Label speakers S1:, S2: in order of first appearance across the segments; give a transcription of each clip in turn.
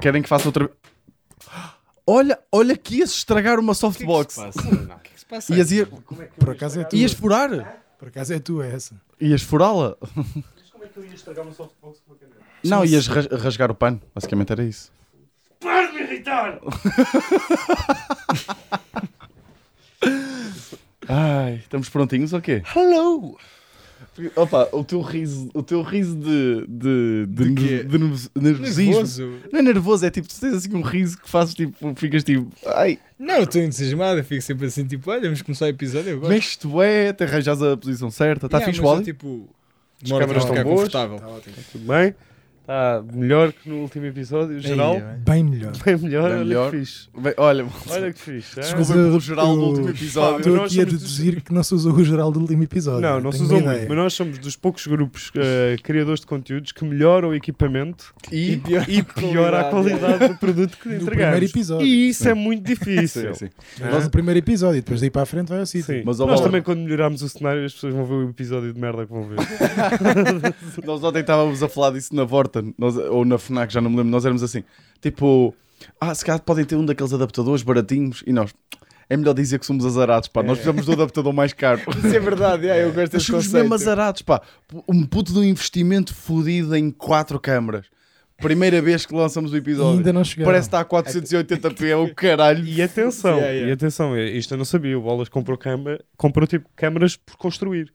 S1: querem que faça outra. Olha, olha que ia-se estragar uma softbox.
S2: O que é que se passa?
S1: Ias, ir-
S3: Por acaso é tua.
S1: ias furar?
S3: Por acaso é tua essa.
S1: Ias furá-la?
S3: Como é que eu ia estragar uma softbox com uma caneta?
S1: Não, ias ras- rasgar o pano. Basicamente era isso.
S2: Para de me irritar!
S1: Ai, estamos prontinhos ou quê?
S2: Hello!
S1: Opa, o teu riso, o teu riso de, de, de,
S2: De quê?
S1: nerv- de nervos- nervosismo.
S2: Nervoso?
S1: Não é nervoso, é tipo, tu tens assim um riso que fazes tipo, ficas tipo, ai,
S2: Não, eu estou entusiasmado, eu fico sempre assim, tipo, olha, vamos começar o episódio agora.
S1: mexes-te é, até arranjas a posição certa,
S3: tá
S1: está
S2: Yeah,
S1: fixe o
S2: mas eu,
S1: áudio?
S2: tipo,
S4: As
S2: moro
S4: câmaras
S2: para ficar
S4: estão boas? Tá
S2: confortável.
S3: Está ótimo.
S4: Tudo bem? Está melhor que no último episódio, geral.
S2: Ei, bem.
S3: Bem melhor.
S4: Bem melhor,
S1: Bem
S4: olha
S1: é melhor.
S4: que fixe.
S1: Bem, olha,
S4: Olha que fixe. é?
S1: Desculpa. pelo geral do último episódio.
S3: Estou
S4: Nós
S3: aqui a
S4: somos-
S3: deduzir que não se usou o geral do último episódio.
S4: Não, não se
S3: Tenho
S4: usou
S3: uma
S4: muito,
S3: ideia.
S4: mas nós somos dos poucos grupos eh, criadores de conteúdos que melhoram o equipamento
S1: e,
S4: e piora a qualidade do produto que
S3: No
S4: entregamos.
S3: primeiro episódio.
S4: E isso é muito
S1: sim,
S4: difícil.
S1: sim.
S3: Nós no primeiro episódio, depois daí para a frente vai ao sítio.
S4: Sim.
S1: Mas, ó,
S4: Nós
S1: Paulo-
S4: também, quando melhorarmos o cenário, as pessoas vão ver o episódio de merda que vão ver.
S1: Nós ontem estávamos a falar disso na Vorten, nós, ou na FNAC, já não me lembro, nós éramos assim, tipo, ah, se calhar podem ter um daqueles adaptadores baratinhos, e nós, é melhor dizer que somos azarados, pá, nós precisamos do adaptador mais caro.
S2: Isso é verdade, yeah, eu gosto
S1: Mas
S2: desse
S1: somos
S2: conceito.
S1: mesmo azarados, pá. Um puto de um investimento fodido em quatro câmaras. Primeira vez que lançamos o
S3: E
S1: episódio.
S3: ainda não chegaram.
S1: Parece que está a 480p, é o caralho.
S4: E atenção,
S2: Yeah, yeah.
S4: e atenção, eh, isto eu não sabia. O Bolas comprou, câmara, comprou tipo câmaras por construir.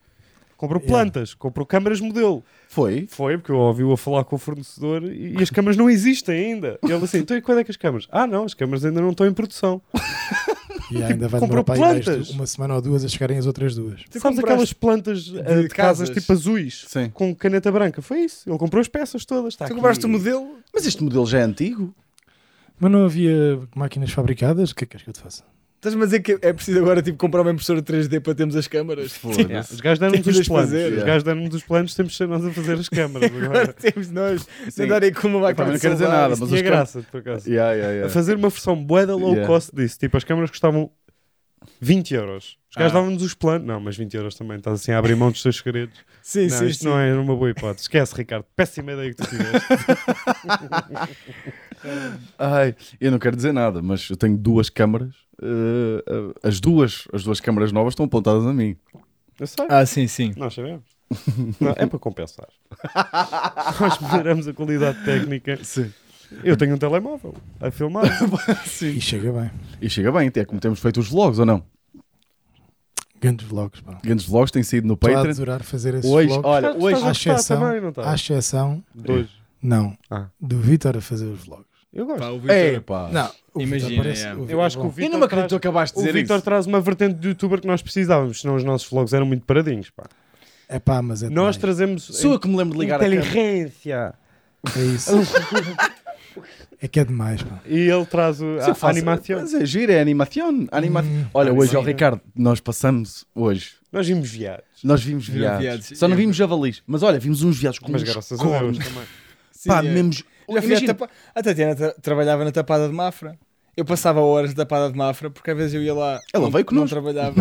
S4: Comprou
S3: Yeah.
S4: plantas, comprou câmaras modelo.
S1: Foi?
S4: Foi, porque eu ouvi-o a falar com o fornecedor e, e as câmaras não existem ainda. E ele assim, então e quando é que as câmaras? Ah não, as câmaras ainda não estão em produção.
S3: E ainda vai
S4: comprou
S3: demorar para aí mais
S4: plantas.
S3: du- uma semana ou duas a chegarem as outras
S2: Tu
S3: duas.
S4: Sabes
S2: Tipo compraste-
S4: aquelas plantas eh, de,
S2: casas.
S4: casas, tipo azuis,
S1: Sim.
S4: com caneta branca? Foi isso, ele comprou as peças todas. Está
S2: Tu
S4: aqui.
S2: compraste o modelo?
S1: Mas este modelo já é antigo?
S3: Mas não havia máquinas fabricadas? O que é que queres que eu te faça?
S2: Estás-me a dizer que é preciso agora tipo, comprar uma impressora 3D para termos as câmaras?
S4: Yeah, Os gajos deram-nos
S2: Temos de
S4: os
S2: as
S4: planos.
S2: fazer,
S4: Os
S1: yeah.
S4: gajos deram-nos os planos, temos de ser nós a fazer as câmaras agora.
S2: Temos nós de
S1: Sim.
S2: andar aí com uma máquina
S1: também não quero dizer
S2: solar.
S1: nada,
S4: Isso
S1: mas
S4: tinha
S1: as câmaras-
S4: graça, por acaso.
S1: Yeah, yeah,
S4: a
S1: yeah.
S4: fazer uma versão bué da low
S1: Yeah.
S4: cost disso. Tipo, as câmaras custavam 20 euros. Os gajos
S2: Ah.
S4: davam-nos os planos. Não, mas 20 euros também. Estás assim a abrir mão dos teus segredos.
S2: Sim,
S4: não,
S2: sim,
S4: isto
S2: sim.
S4: não é uma boa hipótese. Esquece, Ricardo. Péssima ideia que tu tiveste.
S1: Ai, eu não quero dizer nada, mas eu tenho duas câmaras. eh, eh, as duas as duas câmaras novas estão apontadas a mim.
S4: Eu sei.
S2: Ah, sim, sim.
S4: Nós sabemos. Não, é para compensar. Nós melhoramos a qualidade técnica.
S1: Sim.
S4: Eu tenho um telemóvel a filmar.
S1: Sim.
S3: E chega bem.
S1: E chega bem, é como temos feito os vlogs ou não?
S3: Grandes vlogs, pá.
S1: Grandes vlogs têm saído no
S3: Estou a
S1: Patreon.
S3: adorar fazer esses
S1: Hoje,
S3: vlogs.
S1: olha,
S4: Estás-
S1: hoje.
S4: estás a
S3: à
S4: gostar
S3: exceção,
S4: Oh, também, não
S3: À
S4: estás?
S3: exceção,
S4: Dois.
S3: não,
S4: Ah.
S3: do Vitor a fazer os vlogs.
S4: Eu gosto.
S1: É, pá.
S3: Não, o
S2: Imagina,
S3: Vitor parece-
S2: yeah.
S3: o Vitor-
S4: Eu acho que o
S3: bom,
S4: Vitor.
S1: eu não me acredito que
S4: traz...
S1: acabaste de
S4: O
S1: dizer
S4: Vitor
S1: isso.
S4: traz uma vertente de youtuber que nós precisávamos, senão os nossos vlogs eram muito paradinhos. Pá.
S3: É pá, mas é
S4: Nós
S3: também-
S4: trazemos.
S1: Sou eu que me lembro de ligar a câmera.
S4: inteligência.
S3: É isso. é que é demais, pá.
S4: E ele traz o,
S1: Se eu
S4: a,
S1: faço-
S4: animação.
S1: Ah, Mas é giro, é animação. Anima... Olha, hoje, ó,
S4: sim.
S1: Ricardo, nós passamos hoje.
S4: Nós vimos viados.
S1: Nós vimos
S2: Vimos
S1: viados.
S2: viados.
S1: Só não vimos javalis. Mas olha, vimos uns viados com
S4: Mas
S1: uns
S4: graças a Deus
S1: cornos.
S4: também.
S1: Pá,
S2: Sim, é.
S1: mesmo...
S2: Já fui à
S1: Imagina,
S2: tapa- A Tatiana tra- trabalhava na Tapada de Mafra. Eu passava horas na Tapada de Mafra porque às vezes eu ia lá.
S1: Ela
S2: não-
S1: veio
S2: Não
S1: connosco.
S2: trabalhava.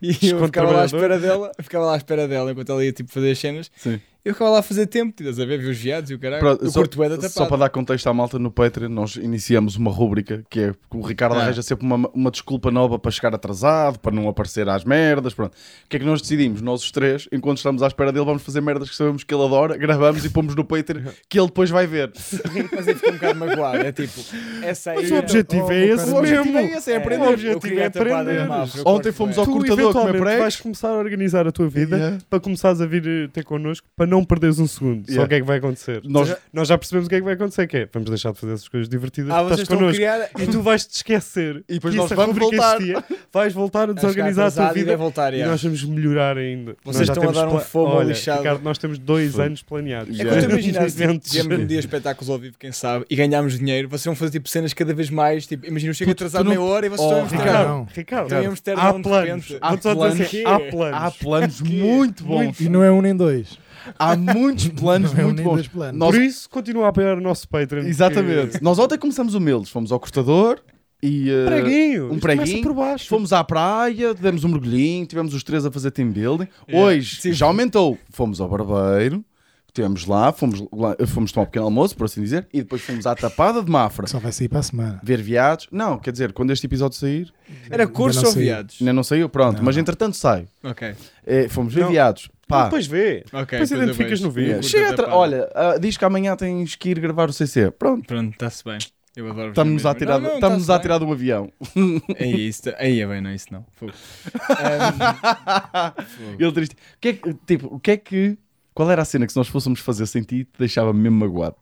S2: e eu
S4: Desconto
S2: ficava lá à
S4: trabalhador.
S2: espera dela. Ficava lá à espera dela enquanto ela ia tipo, fazer as cenas.
S1: Sim.
S2: Eu ficava lá a fazer tempo, tipo, estás a ver? Ver os viados e É, o caralho.
S1: Pronto,
S2: eu
S1: só,
S2: curto bué da
S1: só para
S2: Tapada.
S1: dar contexto à malta no Patreon, nós iniciamos uma rúbrica que é que o Ricardo
S2: Ah.
S1: arranja sempre uma, uma desculpa nova para chegar atrasado, para não aparecer às merdas. Pronto. O que é que nós decidimos? Nós os três, enquanto estamos à espera dele, vamos fazer merdas que sabemos que ele adora, gravamos e pomos no Patreon que ele depois vai ver.
S2: Mas eu fiquei um bocado magoado. É tipo, essa aí.
S4: Mas o objetivo é esse
S1: O objetivo
S4: mesmo.
S1: é esse, é aprender.
S4: O
S2: eu
S4: objetivo
S2: queria
S4: é
S2: a Tapada de
S4: aprender.
S2: Mafra. eu
S1: Ontem
S2: curto
S1: fomos
S2: bué.
S1: ao
S4: Tu
S1: cortador comer
S4: eventualmente
S1: pregos.
S4: vais começar a organizar a tua vida
S1: Yeah.
S4: para começares a vir eh, ter connosco para não perderes um segundo. Só
S1: Yeah.
S4: o que é que vai acontecer.
S1: Nós-
S4: Nós, nós já percebemos o que é que vai acontecer, que é vamos deixar de fazer essas coisas divertidas
S2: Ah,
S4: porque
S2: vocês estão
S4: estás
S2: a
S4: connosco.
S2: criar.
S4: E tu vais te esquecer.
S1: E depois
S4: que
S1: nós
S4: essa
S1: vamos
S4: rubrica
S1: voltar.
S4: existia. vais voltar a
S2: Acho que é
S4: desorganizar a tua
S2: atrasado e
S4: vida
S2: vai voltar,
S4: E
S2: yeah.
S4: nós vamos melhorar ainda.
S2: Vocês
S4: Nós já
S2: estão a
S4: temos
S2: dar um
S4: pla-
S2: fogo ao
S4: Olha,
S2: lixado.
S4: Ricardo, nós temos dois
S1: Fogo.
S4: anos planeados.
S1: Já.
S2: É que eu estou a imaginar
S4: Dois
S2: se
S4: eventos.
S2: fizemos um dia espetáculos ao vivo, quem sabe, e ganhámos dinheiro, vocês vão fazer tipo cenas cada vez mais, tipo, imagina, eu chego
S1: Puto,
S2: atrasado
S1: tu não-
S2: meia hora e vocês
S1: Oh,
S2: estão a
S3: Ricardo,
S2: mostrar.
S3: não.
S4: Ricardo,
S2: Então íamos ter
S4: há
S2: um de
S4: planos.
S2: repente.
S4: Vou-te só dizer
S1: Há
S4: assim,
S2: planos.
S4: Há
S1: Há
S4: planos.
S1: planos muito bons.
S3: E não é um nem dois.
S1: Há muitos planos
S3: Não é um
S1: muito
S3: nem
S1: bons.
S3: dois planos.
S1: Nós-
S4: Por isso, continua a apoiar o nosso Patreon.
S1: Exatamente. Nós ontem começamos humildes. Fomos ao cortador e. eh,
S4: Um preguinho.
S1: Um
S4: Isto começa
S1: preguinho.
S4: por baixo.
S1: Fomos à praia, demos um mergulhinho, tivemos os três a fazer team building.
S2: Yeah.
S1: Hoje
S2: Sim.
S1: já aumentou. Fomos ao barbeiro, Estivemos lá fomos, lá, fomos tomar um pequeno almoço, por assim dizer, e depois fomos à Tapada de Mafra.
S3: Só vai sair para a semana.
S1: Ver viados. Não, quer dizer, quando este episódio sair,
S2: Era
S3: Ainda
S2: curso
S3: não
S2: ou
S3: saiu.
S2: viados?
S1: ainda não saiu, pronto, mas entretanto sai.
S2: Ok,
S1: É, fomos ver
S4: Não.
S1: viados. Pá,
S4: Depois vê.
S2: ok.
S4: Depois
S2: eu
S4: identificas
S2: vejo.
S4: no vídeo.
S1: é,
S2: curto
S1: chega
S2: a
S1: atra-
S2: Tapada.
S1: Olha, ah, diz que amanhã tens que ir gravar o CC. Pronto,
S2: Pronto, está-se bem. Eu adoro
S1: estamos a tirar, estamos a tirar do avião.
S2: Aí, isso, aí é bem, não, isso não. Fogo.
S1: Ele triste. O que é que, tipo, o que é que. Qual era a cena que se nós fôssemos fazer sem ti te deixava mesmo magoado?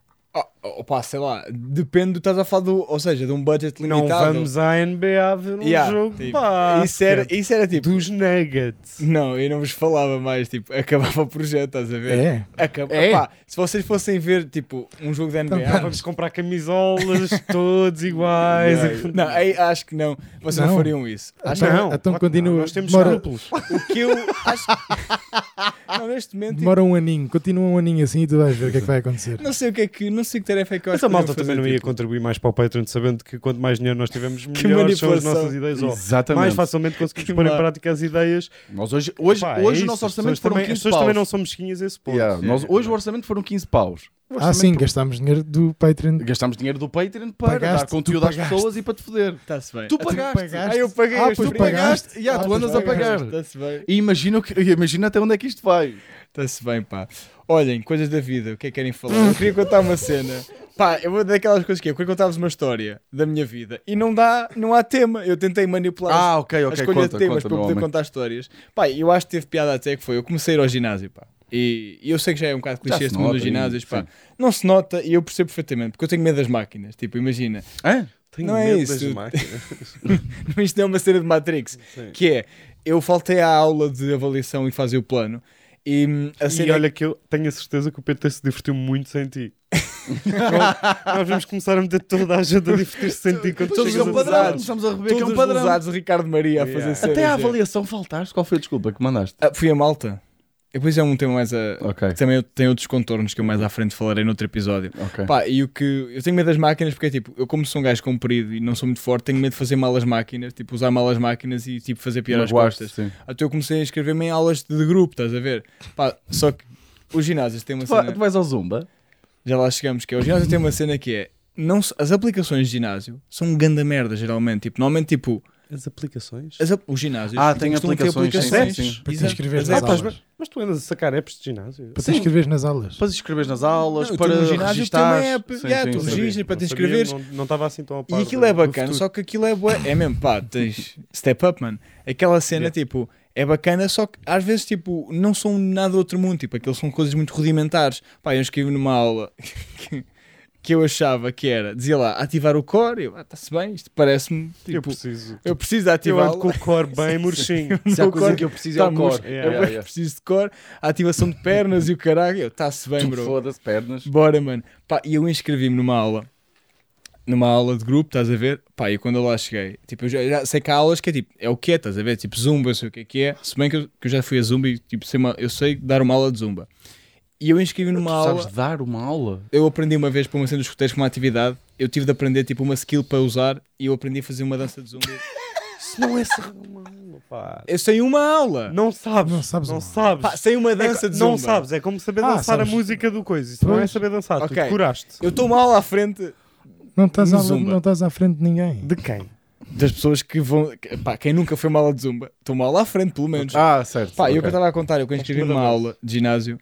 S2: Oh, pá, sei lá, depende do estás a falar do, ou seja, de um budget
S4: Não
S2: limitado.
S4: vamos à NBA ver um
S2: Yeah,
S4: jogo.
S2: tipo,
S4: pá,
S2: isso, era, isso era tipo.
S4: Dos Nuggets.
S2: Não, eu não vos falava mais, tipo, acabava o projeto, estás a ver?
S3: É.
S2: Acaba,
S1: É.
S2: pá, se vocês fossem ver, tipo, um jogo da NBA.
S4: Ah, vamos comprar camisolas todos iguais.
S2: Não, não, aí acho que não. Vocês não,
S3: Não.
S2: fariam isso.
S1: Ah,
S2: Acho
S3: Então-
S4: Não,
S3: então
S4: claro que
S3: continua.
S4: não. Nós temos
S3: Demora-
S4: duplos.
S2: que o que eu acho. não, neste momento, tipo,
S3: Demora um aninho, continua um aninho assim e tu vais ver o que é que vai acontecer.
S2: não sei o que é que. Não sei que tarefa é que eu acho
S4: Essa
S2: que
S4: malta
S2: podiam
S4: também não
S2: fazer,
S4: ia
S2: tipo.
S4: contribuir mais para o Patreon, sabendo que quanto mais dinheiro nós tivermos,
S2: Que
S4: melhores são as
S2: manipulação.
S4: nossas ideias. ou
S1: Exatamente.
S4: mais facilmente conseguimos pôr em
S2: má.
S4: prática as ideias.
S1: Nós hoje, hoje,
S4: Pá, é
S1: hoje
S4: isso,
S1: o nosso
S4: as
S1: orçamento
S4: pessoas
S1: foram
S4: também,
S1: 15
S4: As pessoas também
S1: paus.
S4: não são assim, né? mesquinhas a esse ponto.
S1: Yeah, nós-
S2: é,
S1: hoje o orçamento foram 15 paus. O
S3: Ah,
S1: orçamento
S3: sim, gastámos dinheiro do Patreon.
S1: por- Gastámos dinheiro do Patreon para
S3: Pagaste,
S1: dar conteúdo
S3: tu
S1: às
S3: pagaste.
S1: pessoas e para te foder.
S2: Está-se bem.
S1: Tu
S2: Ah,
S1: pagaste.
S3: pagaste.
S2: Ah, eu paguei.
S3: Ah,
S2: eu
S3: pois
S2: estou-
S1: Tu pagaste. Yeah,
S3: Ah,
S1: tu
S3: pois
S1: andas a pagar.
S3: pagaste.
S2: Está-se bem.
S1: E imagina, o que- imagina até onde é que isto vai.
S2: Está-se bem, pá. Olhem, coisas da vida, o que é que querem falar? Eu queria contar uma cena. Pá, eu vou daquelas coisas que é, eu queria contar-vos uma história da minha vida e não dá, não há tema. Eu tentei manipular as-
S1: Ah, ok,
S2: a
S1: ok.
S2: escolha
S1: Conta,
S2: de
S1: conta,
S2: temas para eu poder
S1: normalmente.
S2: contar histórias. Pá, eu acho que teve piada até que foi. Eu comecei a ir ao ginásio, pá. E, e eu sei que já é um bocado
S1: Já
S2: clichê
S1: se
S2: esse mundo
S1: nota,
S2: dos ginásios, pá.
S1: sim.
S2: Não se nota e eu percebo perfeitamente, porque eu tenho medo das máquinas. Tipo, imagina,
S1: Hã?
S4: Tenho
S2: Não é
S4: medo
S2: isso.
S4: das máquinas.
S2: isto não é uma cena de Matrix,
S4: Sim.
S2: que é, eu faltei à aula de avaliação e fazer o plano. E, hum, a cena
S4: E
S2: é
S4: olha que eu tenho a certeza que o PT se divertiu muito sem ti. Nós- Nós vamos começar a meter toda a gente a divertir-se sem ti quando
S1: Todos
S4: chegas
S1: são
S2: atrasados.
S1: é, um padrão.
S4: atrasados.
S1: Estamos a rever que é
S2: todos
S1: um
S2: os
S1: padrão.
S2: usados de Ricardo Maria a fazer
S4: Yeah.
S2: cenas.
S1: Até à
S2: é.
S1: avaliação faltaste. Qual foi a desculpa que mandaste?
S2: Ah, fui a Malta. E depois é um tema mais a...
S1: Ok,
S2: Também tem outros contornos que eu mais à frente falarei noutro episódio.
S1: ok.
S2: Pá, e o que... Eu tenho medo das máquinas porque, é tipo, eu como sou um gajo comprido e não sou muito forte, tenho medo de fazer mal as máquinas, tipo, usar mal as máquinas e, tipo, fazer pior as
S1: Magoaste,
S2: costas.
S1: sim.
S2: Até eu comecei a inscrever-me em aulas de grupo, estás a ver? Pá, só que os ginásios têm uma
S1: Tu, vai-
S2: cena...
S1: tu vais ao Zumba?
S2: Já lá chegamos, que é o ginásio tem uma cena que é... Não, se- as aplicações de ginásio são um ganda merda, geralmente. Tipo, normalmente, tipo,
S4: As aplicações?
S2: as, ap- os ginásios
S1: Ah, tem
S2: costumam ter
S1: aplicações, sim,
S2: aplicações.
S1: sim, sim.
S3: Para te
S2: Exato. Mas
S3: inscreveres
S2: é
S3: nas
S4: Ah, estás-
S3: aulas. Para
S4: Mas tu andas a sacar apps de ginásio?
S3: te inscreveres nas aulas.
S1: Para te inscreveres nas aulas,
S2: Não, eu
S1: para
S2: tenho um ginásio, eu tenho uma
S1: registares.
S2: app, yeah, tu
S4: Não sabia,
S2: registras para te
S4: não sabia,
S2: inscreveres.
S4: não- Não estava assim tão ao par
S2: E aquilo é
S4: do- do
S2: bacana,
S4: futuro.
S2: só que aquilo é bué- É mesmo, pá, tens step up, mano. Aquela cena, tipo, é bacana, só que às vezes, tipo, não são nada do outro mundo. Tipo, aquilo são coisas muito rudimentares. Pá, eu escrevi numa aula que, que eu achava que era, dizia lá, ativar o core. Eu, ah, está-se bem, isto parece-me,
S4: Eu
S2: tipo,
S4: preciso.
S2: eu preciso de
S4: Eu ando com
S2: ativá-lo.
S4: o core bem murchinho.
S1: Se há
S2: Meu
S1: coisa
S2: corpo
S1: que eu preciso é
S2: Tá
S1: o core.
S2: murcho.
S4: Yeah,
S2: eu
S4: yeah,
S2: preciso de core, a ativação de pernas e o caralho. Eu, está-se bem, bro.
S1: Foda-se, pernas.
S2: Bora, mano. Pá, e eu inscrevi-me numa aula. Numa aula de grupo, estás a ver? Pá, e quando eu lá cheguei, tipo, eu já, já sei que há aulas que é tipo, é o que é, estás a ver? Tipo, zumba, eu sei o que é que é. Se bem que eu, que eu já fui a zumba e tipo, sei uma- eu sei dar uma aula de zumba. E eu inscrevi numa
S1: Tu sabes
S2: aula.
S1: dar uma aula?
S2: Eu aprendi uma vez para uma cena dos escuteiros com uma atividade. Eu tive de aprender tipo uma skill para usar e eu aprendi a fazer uma dança de zumba.
S4: Isso não é ser uma aula, pá.
S2: Eu sei uma aula!
S4: Não sabes.
S3: Não sabes
S4: Não
S3: uma
S4: sabes.
S2: Pá, sei uma dança
S4: É co-
S2: de zumba.
S4: não sabes, é como saber
S3: Ah,
S4: dançar
S3: sabes.
S4: a música do coisa. Isso não é
S3: Pois.
S4: saber dançar,
S2: Ok.
S4: tu curaste.
S2: Eu estou uma aula à frente
S3: Não estás,
S2: No
S3: à,
S2: Zumba.
S3: não estás à frente de ninguém.
S4: De quem?
S2: das pessoas que vão. que- Pá, quem nunca foi uma aula de zumba, estou uma aula à frente, pelo menos.
S1: Ah, certo.
S2: Pá, e eu
S1: ok.
S2: que eu estava a contar, eu que inscrevi numa
S4: Primeira
S2: aula de ginásio.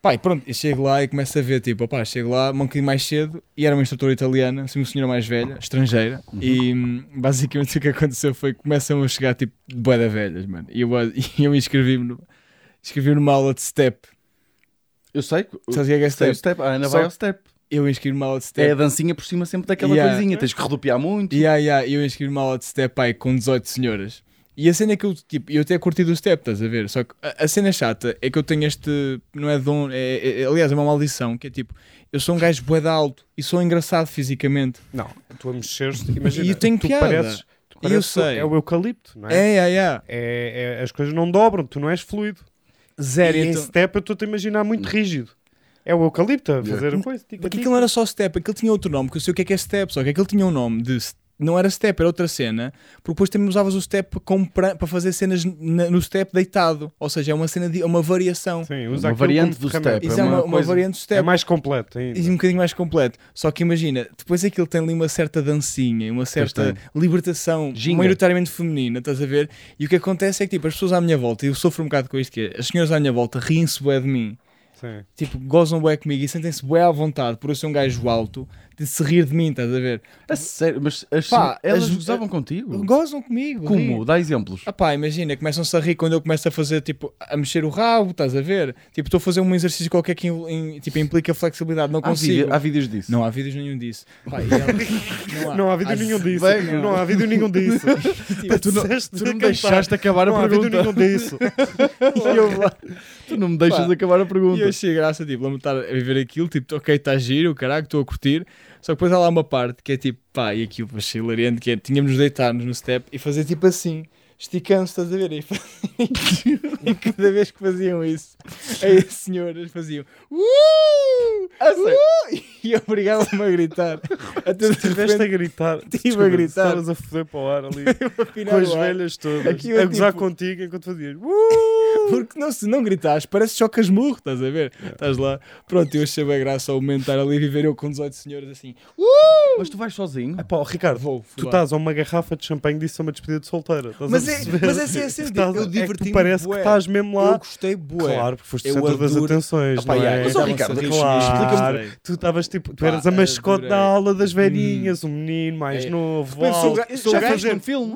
S2: Pá, e pronto, eu chego lá e começo a ver, tipo, opá, chego lá um bocadinho mais cedo e era uma instrutora italiana, assim, uma senhora mais velha, estrangeira, e hum, basicamente o que aconteceu foi que começam a chegar, tipo, boeda velhas, mano. E eu, e eu inscrevi-me no- inscrevi-me numa aula de step.
S1: Eu sei que.
S2: Sabes o que é que é
S1: Sei o
S2: step?
S1: step. A Ana
S2: Só-
S1: vai ao step.
S2: Eu inscrevi-me numa aula de
S1: É a
S2: step.
S1: dancinha por cima sempre daquela
S2: Yeah.
S1: coisinha. Tens que redupiar muito.
S2: E aí, aí, eu inscrevi-me numa aula de step, pai, com 18 senhoras. E a cena é que eu, tipo, eu até curti do step, estás a ver? Só que a, a cena chata é que eu tenho este, não é dom, é, é- aliás, é uma maldição, que é tipo, eu sou um gajo bué de alto e sou engraçado fisicamente.
S4: Não, tu a mexeres-te, imagina.
S2: E eu tenho
S4: tu
S2: piada.
S4: pareces, tu
S2: Eu
S4: pareces-
S2: sei.
S4: É o eucalipto, não é?
S2: É, é, é.
S4: É- é- as coisas não dobram, tu não és fluido.
S2: Zero,
S4: e em
S2: então...
S4: step eu estou-te a imaginar muito rígido. É o eucalipto a fazer a coisa. tica,
S2: Porque
S4: tica.
S2: aquilo não era só step, aquilo tinha outro nome, que eu sei o que é que é step, só que aquilo tinha um nome de Não era step, era outra cena. Porque depois também usavas o step como pra- para fazer cenas na- no step deitado. Ou seja, é uma cena, de, é uma variação.
S4: Sim, usa
S1: Uma
S4: aquilo
S1: variante
S4: como
S1: do
S4: ferramenta.
S1: step,
S2: Isso é uma, uma
S1: coisa-
S2: variante do step.
S4: É mais completo ainda.
S2: E um bocadinho mais completo. Só que imagina, depois aquilo tem ali uma certa dancinha, uma certa libertação
S1: Ginga.
S2: maioritariamente feminina, estás a ver? E o que acontece é que tipo, as pessoas à minha volta, e eu sofro um bocado com isto, que é, as senhoras à minha volta riem-se bué de mim,
S4: Sim.
S2: tipo, gozam bué comigo e sentem-se bué à vontade por eu ser um gajo alto, de se rir de mim, estás a ver?
S1: A sério, mas as,
S2: Pá,
S1: elas
S2: as-
S1: gozavam contigo?
S2: Gozam comigo. riem.
S1: Como? Dá exemplos.
S2: Ah pá, imagina, começam-se a rir quando eu começo a fazer, tipo, a mexer o rabo, estás a ver? Tipo, estou a fazer um exercício qualquer que im- im- tipo, implica flexibilidade, não
S1: Há,
S2: consigo.
S1: vídeo- há vídeos disso.
S2: Não há vídeos nenhum disso. Pá, e ela-
S4: é um- Não há vídeo
S2: Às-
S4: nenhum disso.
S1: bem,
S4: não. há vídeo nenhum disso.
S2: Tipo,
S1: Tu não,
S4: Disseste
S1: tu
S4: de
S1: não me
S4: cantar.
S1: deixaste acabar
S4: não há
S1: a
S4: vídeo
S1: pergunta.
S4: nenhum disso.
S1: Tu não me deixas
S2: Pá,
S1: acabar a pergunta.
S2: E eu achei graça, tipo, lembro-me de estar a viver aquilo, tipo, ok, está giro, caralho, estou a curtir. Só que depois há lá uma parte que é tipo, pá, e aquilo achei hilariante, que é, tínhamos de deitar-nos no step e fazer tipo assim, esticando-se, estás a ver? E, e cada vez que faziam isso, aí as senhoras faziam, uh,
S4: Ah,
S2: uh, e obrigavam-me a gritar. Até de
S4: Estiveste a
S2: repente,
S4: gritar.
S2: Estive a gritar.
S4: Estavas a foder para o ar ali.
S2: eu afinar
S4: com as
S2: o ar.
S4: velhas todas.
S2: Aqui eu
S4: a gozar
S2: tipo-
S4: contigo enquanto fazias. Uh!
S2: Porque não, se não gritares, parece chocas murro, estás a ver? Estás lá, pronto, eu achei bem graça aumentar ali e viver eu com 18 senhoras assim.
S1: Mas tu vais sozinho?
S4: Epá, ó, Ricardo,
S2: Vou, fui
S4: Uh! tu
S2: lá.
S4: estás a uma garrafa de champanhe disso a uma despedida de solteira. Estás
S2: Mas
S4: a
S2: é-
S4: perceber?
S2: mas essa é a cena,
S4: Tu estás-
S2: eu
S4: é que tu
S2: diverti-me
S4: Parece
S2: bué.
S4: que estás mesmo lá.
S2: Eu gostei, bué.
S4: Claro, porque foste o
S2: Eu
S4: centro das
S2: adoro-
S4: atenções.
S2: Opa,
S4: não
S2: yeah,
S4: é?
S1: Mas, ó, Ricardo,
S2: Explica-me-
S4: Claro,
S2: explica-me-
S4: tu estavas tipo, tu
S2: Pá,
S4: eras a mascote
S2: adorei. Hum.
S4: da aula das velhinhas, o menino mais
S2: É.
S4: novo.
S2: repente sou
S4: alto.
S2: ga- eu sou
S4: Já
S2: gajo
S4: fazia-
S1: um filme?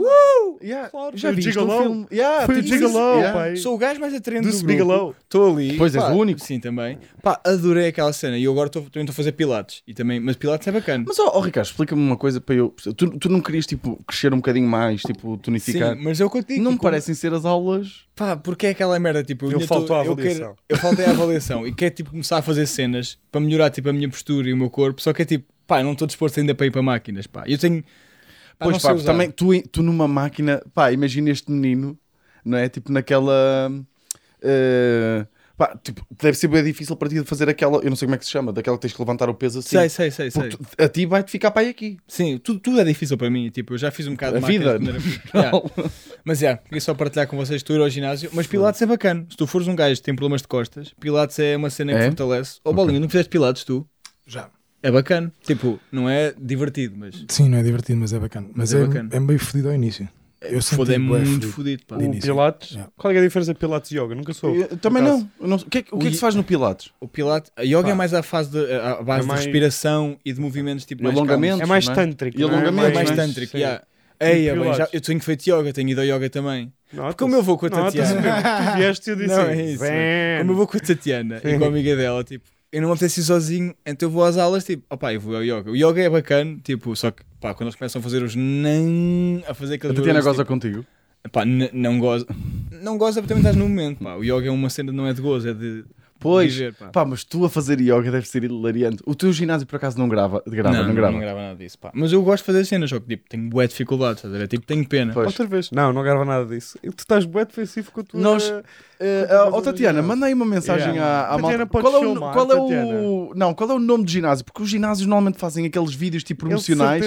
S1: Yeah,
S4: Claro,
S1: já
S4: foi o
S1: viste um
S4: Gigolo.
S1: filme? Yeah,
S4: Foi o
S1: tipo isso.
S4: Gigolo,
S1: Yeah.
S4: pai.
S2: Sou o gajo mais atraente
S4: Do
S2: do grupo.
S4: Spigalow.
S2: Estou ali.
S1: Pois és
S2: pá,
S1: o único.
S2: Sim, também. Pá, adorei aquela cena. E eu agora estou também estou a fazer pilates. E também, mas pilates é bacana.
S1: Mas, ó ó, Ricardo, explica-me uma coisa para eu. Tu, tu não querias, tipo, crescer um bocadinho mais, tipo,
S2: Sim,
S1: tonificar?
S2: mas é eu contigo.
S1: não me parecem ser as aulas.
S2: Pá, porque é aquela merda, tipo,
S4: Eu
S2: ainda
S4: falto
S2: tô-
S4: à
S2: eu quero-
S4: avaliação.
S2: eu faltei à avaliação e quero, tipo, começar a fazer cenas para melhorar, tipo, a minha postura e o meu corpo, só que é tipo, pá, eu não estou disposto ainda para ir para máquinas, pá. Eu tenho... Pá, não
S1: pois,
S2: sei
S1: pá,
S2: usar.
S1: também tu, em- tu numa máquina. Pá, imagina este menino, não é? Tipo, naquela. eh, pá, tipo, deve ser bem difícil para ti de fazer aquela. Eu não sei como é que se chama, daquela que tens que levantar o peso assim.
S2: Sei, sei, sei, sei.
S1: Porque tu- a ti vai-te ficar para aí aqui.
S2: Sim, tudo, tudo é difícil para mim, tipo, eu já fiz um bocado
S1: A
S2: de máquinas
S1: vida,
S2: quando era- Yeah. Mas é, queria só partilhar com vocês, estou a ir ao ginásio, mas pilates é bacana. Se tu fores um gajo que tem problemas de costas, pilates é uma cena que
S1: É?
S2: fortalece. Ó, Bolinha, não fizeste pilates tu?
S3: Já.
S2: É bacana. Tipo, não é divertido, mas...
S3: Sim, não é divertido, mas é bacana. Mas,
S2: Mas é
S3: é,
S2: bacana.
S3: é meio fodido ao início. Eu senti
S2: Foda, é
S3: bué
S2: muito
S3: fodido.
S2: fodido, pá.
S3: De
S4: O
S3: início.
S4: Pilates.
S3: Yeah.
S4: Qual é a diferença de Pilates e Yoga? Nunca soube.
S1: Eu também
S4: por
S1: não. Eu não- O que é, que- o que é que se faz no Pilates?
S2: O pilates, a yoga
S3: Pá.
S2: é mais à fase de, à à base
S4: É mais-
S2: de respiração e de movimentos tipo mais
S1: Alongamento.
S4: É mais
S1: Não é?
S4: tântrico.
S1: E
S4: não é?
S2: calmos. É
S1: alongamento,
S2: mais
S1: Sim.
S2: tântrico,
S4: Sim.
S2: yeah. Ei,
S4: E
S2: é bem, já,
S4: pilates.
S2: eu tenho feito yoga, tenho ido ao yoga também.
S4: Nota-se.
S2: Como eu vou com a
S4: Nota-se
S2: Tatiana.
S4: mesmo. Tu vieste e eu disse.
S2: Não, é isso,
S4: "Vem."
S2: Como eu vou com a Tatiana e com a amiga dela, tipo, eu não apetece ir sozinho, então eu vou às aulas, tipo, opá, eu vou ao yoga. O yoga é bacana, tipo, só que, pá, quando eles começam a fazer os não, a fazer
S1: A
S2: aqueles
S1: Tatiana
S2: barulhos,
S1: goza contigo.
S2: tipo, pá, n- não goza. Não goza porque também estás no momento, pá. O yoga é uma cena, não é de gozo, é de
S1: Pois,
S2: viver, pá.
S1: Pá, mas tu a fazer yoga deve ser hilariante. O teu ginásio por acaso não grava, grava, não, grava.
S2: nada disso, pá. Mas eu gosto de fazer cenas, só que tipo, tenho boa dificuldade, estás a ver? Tipo, tenho pena.
S1: Pois.
S4: Outra vez. Não, não grava nada disso. E Tu estás bué defensivo com a tua...
S1: Nós- Eh, ah, ó, Tatiana, manda aí uma mensagem
S4: Yeah.
S1: à, à
S4: Tatiana,
S1: malta.
S4: podes
S1: Qual é, o,
S4: filmar,
S1: qual é o
S4: Tatiana.
S1: não, qual é o nome do ginásio? Porque os ginásios normalmente fazem aqueles vídeos tipo promocionais.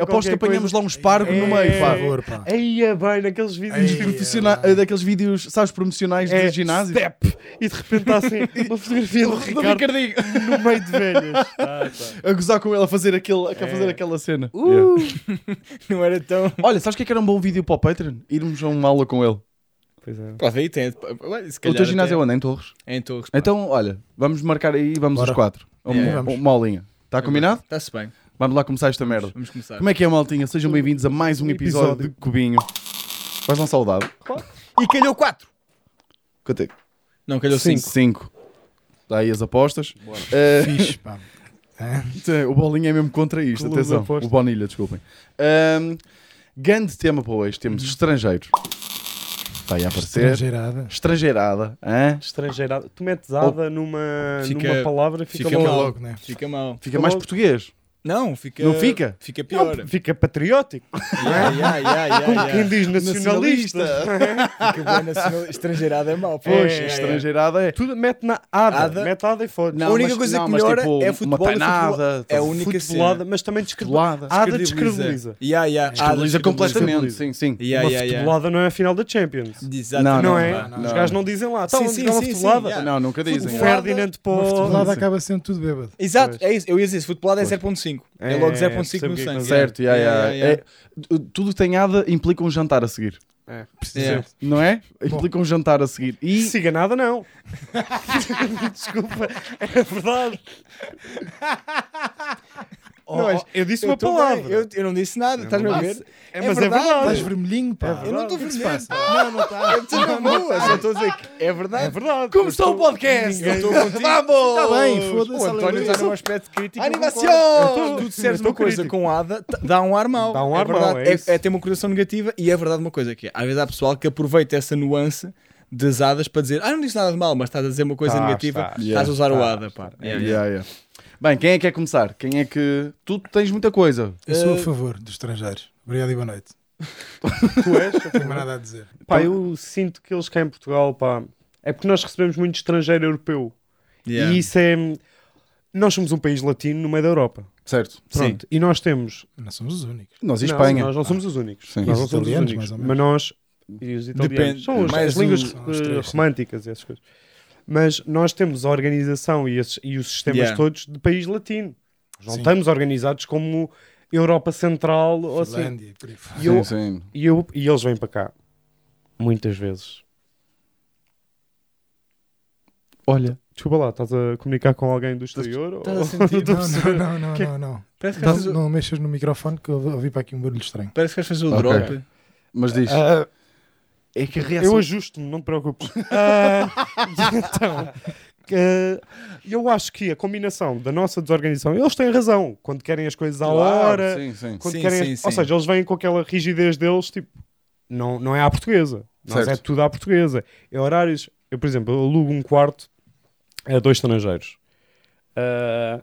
S1: Aposto que apanhamos lá um espargo
S4: É,
S1: no meio,
S3: Por
S1: pá.
S3: favor, pá.
S4: Eia, é bem, naqueles vídeos...
S3: Ei,
S4: tipo,
S1: Professiona-
S3: é,
S1: eh, daqueles vídeos, sabes, promocionais
S4: é,
S1: dos ginásios.
S4: Step. E de repente está assim uma fotografia do
S1: Do
S4: Ricardo
S1: Ricardinho.
S4: no meio de velhas. Tá, tá.
S1: A gozar com ele a fazer, aquele, a fazer aquela cena.
S4: Uh!
S1: Yeah.
S2: Não era tão.
S1: Olha, sabes o que é que era um bom vídeo para o Patreon? Irmos a uma aula com ele.
S4: Pois é.
S2: Pá, daí tem. pá, olha, Se
S1: O
S2: calhar
S1: teu ginásio é
S2: até-
S1: onde? Em Torres?
S2: é em Torres.
S1: Então, olha, vamos marcar aí, vamos
S3: Bora.
S1: os quatro. Um Uma,
S2: Yeah.
S3: Vamos.
S1: uma aulinha. Está combinado?
S2: Está-se bem.
S1: Vamos lá começar esta merda.
S2: Vamos começar.
S1: Como é que é, maltinha? Sejam bem-vindos a mais um episódio
S4: Episódio.
S1: de Cubinho. Vais lançar o dado?
S2: E calhou 4.
S1: Quanto é? que-
S2: Não, calhou 5.
S1: Cinco. Dá aí as apostas.
S2: Bora.
S1: Eh,
S3: Fixe, pá.
S1: Sim, o Bolinha é mesmo contra isto,
S4: Clube
S1: atenção.
S4: de aposta.
S1: O Bonilha, desculpem. Ahm, grande tema para hoje, temos estrangeiros. Vai aparecer.
S3: Estrangeirada.
S1: Estrangeirada. hã?
S4: Estrangeirada. Tu metes ada numa,
S2: Fica-
S4: numa palavra e fica,
S2: fica
S4: logo.
S2: mal.
S3: Logo, né?
S2: Fica mal.
S1: Fica mais
S4: Logo.
S1: português.
S2: Não, fica.
S1: Não fica?
S2: Fica pior.
S4: Não, fica patriótico.
S2: Yeah, yeah, yeah, yeah,
S4: Como
S2: yeah.
S4: quem diz nacionalista.
S2: Fica bem nacional... Estrangeirado é mau.
S1: Poxa,
S2: é, é, é.
S1: estrangeirada é.
S4: Tudo mete na ada.
S2: Ada.
S4: Mete ada e foda.
S2: Não, A única coisa que melhora é futebol
S1: Uma
S2: e futebol.
S1: panada,
S2: É a única
S4: Futebolada,
S2: cena.
S4: mas também descredibiliza.
S1: futebolada.
S4: Ada descredibiliza.
S2: Yeah, yeah. Ah,
S1: Ah, Descredibiliza
S2: descredibiliza.
S1: completamente,
S4: descredibiliza.
S1: sim, sim.
S2: Yeah,
S4: uma
S2: yeah, yeah.
S4: futebolada não é a final da Champions.
S2: Exatamente.
S4: Não,
S1: Não,
S4: é?
S1: não,
S4: Os
S1: não.
S4: gajos não dizem lá. Tá,
S2: Sim,
S4: vamos
S2: sim,
S4: jogar uma
S2: sim, sim,
S4: futebolada.
S2: yeah.
S1: Não, nunca
S4: O
S1: dizem.
S4: Ferdinand para
S3: Uma futebolada
S4: o...
S3: acaba sendo tudo bêbado.
S2: Exato, é isso. Eu ia dizer, se futebolada é 0.5. É,
S4: É,
S2: logo 0.5
S4: percebo
S2: no
S4: o que é que
S2: sangue.
S4: estás a
S1: Certo, yeah, yeah.
S2: Yeah, yeah,
S1: É, tudo que tem ada implica um jantar a seguir,
S4: É,
S2: Yeah.
S1: não é? Implica um jantar a seguir.
S4: E
S1: E
S4: siga nada, não. Desculpa, é verdade. Oh,
S2: Não, mas
S4: eu disse
S2: Eu
S4: uma
S2: tô bem,
S4: palavra.
S2: Eu, eu não disse nada, estás-me a ver?
S4: É,
S2: é
S4: mas
S2: verdade.
S4: é
S3: Estás
S4: verdade. é
S3: vermelhinho, pá.
S2: Eu não tá. estou vermelho.
S3: Não, não está.
S2: Eu estou na boa, só estou a dizer que é verdade.
S4: É verdade.
S1: Como está o podcast?
S2: Eu estou contigo. Tá
S4: Tá
S1: Vamos!
S3: Está bem, foda-se.
S2: O António
S3: aleluia.
S2: está
S4: um
S2: num aspecto crítico.
S1: Animação!
S2: Animação! Tu disseres
S4: Eu tô
S2: uma coisa
S4: crítico.
S2: com Ada, t- dá um ar mau.
S4: Dá um ar mau,
S2: verdade.
S4: é isso.
S2: é, ter uma coração negativa e é verdade uma coisa que é, às vezes há pessoal que aproveita essa nuance das hadas para dizer, ah, não disse nada de mal, mas estás a dizer uma coisa
S4: Estás,
S2: negativa,
S4: estás.
S2: estás
S1: Yeah,
S2: a usar o
S4: estás,
S2: Ada, pá.
S1: Yeah, yeah, yeah. Bem, quem é que quer começar? Quem é que. Tu tens muita coisa.
S3: Eu sou a favor dos estrangeiros. Obrigado e boa noite.
S4: Tu és?
S3: Não tenho mais nada a dizer.
S4: Pá, eu sinto que eles cá em Portugal, pá, é porque nós recebemos muito estrangeiro europeu.
S2: Yeah.
S4: E isso é. Nós somos um país latino no meio da Europa.
S1: Certo.
S4: Pronto. E nós temos.
S3: Não somos os únicos.
S1: Nós e
S4: Não,
S1: Espanha.
S4: Nós não somos os únicos.
S1: Sim.
S4: Nós
S3: E
S4: não
S3: os
S4: somos os
S3: italianos,
S4: únicos.
S3: mais ou menos.
S4: Mas nós. E os italianos.
S2: Depende,
S4: São as,
S2: mais um-
S4: as línguas
S2: os-
S3: são os
S4: eh,
S3: três, sim.
S4: românticas, e essas coisas. Mas nós temos a organização e, esses- e os sistemas
S2: Yeah.
S4: todos de país latino. Nós não
S3: Sim.
S4: estamos organizados como Europa Central ou assim.
S3: Finlândia, por aí fora.
S4: E, eu,
S1: Sim, sim.
S4: e, eu, e eles vêm para cá. Muitas vezes.
S1: Olha.
S4: Desculpa lá, estás a comunicar com alguém do exterior?
S2: Estás
S4: ou-
S2: a sentir?
S4: Estou a
S3: Não,
S4: perceber.
S3: não, não, não, não.
S2: Parece que
S3: Não,
S2: vais fazer-
S3: não mexas no microfone que eu ouvi para aqui um barulho estranho.
S2: Então, Parece que vais fazer o
S1: Ok.
S2: drop.
S1: Mas diz.
S4: Ah,
S1: é que a
S4: eu ajusto-me, não te preocupes. Ah, então, que- eu acho que a combinação da nossa desorganização, eles têm razão quando querem as coisas à hora,
S1: Sim, sim.
S4: quando
S2: Sim,
S4: querem,
S2: sim,
S4: ou
S2: sim.
S4: seja, eles vêm com aquela rigidez deles, tipo, não, não é à portuguesa, nós
S1: Certo.
S4: é tudo à portuguesa. É horários, eu, por exemplo, eu alugo um quarto a dois estrangeiros. Ah,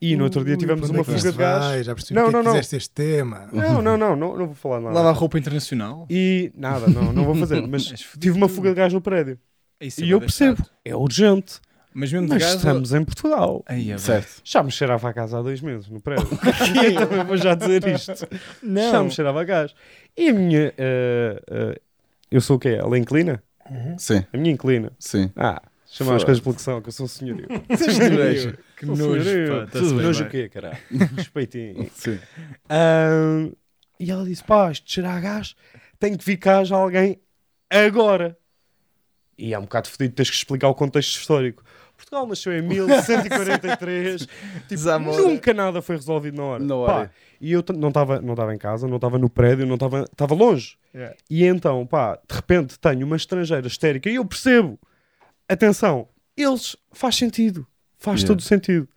S4: e no outro dia
S3: Ui,
S4: tivemos
S3: para
S4: uma
S3: onde é que
S4: fuga de
S3: isto
S4: gás.
S3: vai? Já percebi
S4: Não,
S3: não,
S4: não,
S3: não,
S4: não.
S3: quiseste este tema.
S4: Não, não, não, não, não vou falar nada.
S2: Lava a roupa internacional.
S4: E nada, não, não vou fazer, mas tive uma fuga de gás no prédio.
S2: Isso é
S4: e eu
S2: bué
S4: percebo,
S2: chato.
S4: é urgente,
S2: Mas mesmo de
S4: mas
S2: gás.
S4: estamos em Portugal.
S2: Ai, é bué.
S1: Certo.
S4: Já me cheirava a gás há dois meses no prédio. então eu vou já dizer isto. Já me cheirava a gás. E a minha. eh, eh, eu sou o quê? Ela inclina?
S1: Sim,
S4: A minha inclina.
S1: sim.
S4: Ah, chamar as coisas pelo que são, que eu sou um senhorio.
S1: Senhorio.
S2: Que
S4: Sou um
S2: nojo.
S4: senhorio.
S2: pá, está-se bem,
S4: Nojo
S2: vai.
S4: o quê, caralho? Respeitinho.
S1: Sim.
S4: Ahn, e ela disse: pá, isto cheira a gás, tem que vir cá já alguém agora. E é um bocado fodido, tens que explicar o contexto histórico. Portugal nasceu em 1143, tipo,
S2: Desamor.
S4: nunca nada foi resolvido na hora.
S1: Na hora.
S4: Pá, e eu t- não estava não tava em casa, não estava no prédio, não estava tava longe.
S2: Yeah.
S4: E então, pá, de repente tenho uma estrangeira histérica e eu percebo. Atenção, eles faz sentido, faz
S1: Yeah.
S4: todo sentido.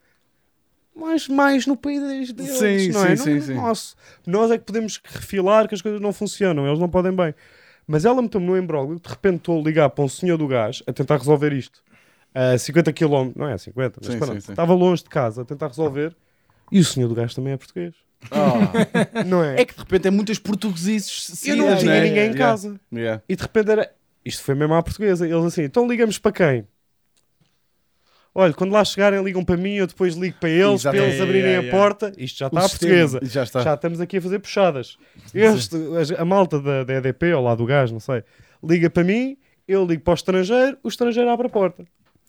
S4: Mas mais no país deles,
S1: Sim,
S4: não é?
S1: sim,
S4: Não
S1: sim,
S4: no
S1: sim.
S4: nosso. Nós é que podemos refilar que as coisas não funcionam, eles não podem bem. Mas ela meteu-me no embróglio, de repente estou a ligar para um senhor do gás a tentar resolver isto. A 50 km, não é 50, mas
S1: Sim,
S4: pronto,
S1: sim, sim.
S4: estava longe de casa a tentar resolver. E o senhor do gás também é português. Não é?
S1: É que de repente é muitas portugueses.
S4: eu não
S2: yeah,
S4: tinha
S2: yeah,
S4: ninguém em
S1: yeah.
S4: casa.
S1: Yeah.
S4: é. E de repente era. Isto foi mesmo à portuguesa. Eles assim, então ligamos para quem? Olha, quando lá chegarem, ligam para mim, eu depois ligo para eles, para
S1: Exato.
S4: eles
S2: Yeah,
S4: abrirem
S2: yeah,
S4: a
S2: yeah.
S4: porta. Isto já está à
S2: sistema.
S4: Tá portuguesa.
S1: Já está.
S4: Já tá estamos aqui a fazer puxadas. Este, as- a malta da, da EDP, ou lá do gás, não sei, liga para mim, eu ligo para o estrangeiro, o estrangeiro abre a porta.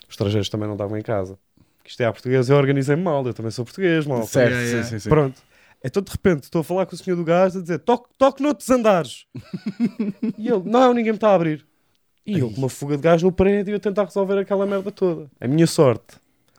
S4: Os estrangeiros também não estavam em casa. Que Isto é à portuguesa, eu organizei-me mal, eu também sou português, mal.
S1: Certo,
S2: Yeah, yeah.
S1: sim, sim, sim.
S4: Pronto. Então de repente estou a falar com o senhor do gás a dizer toque, toque noutros andares. e ele, não, ninguém me está a abrir. E eu com uma fuga de gás no prédio a tentar resolver aquela merda toda. A minha sorte,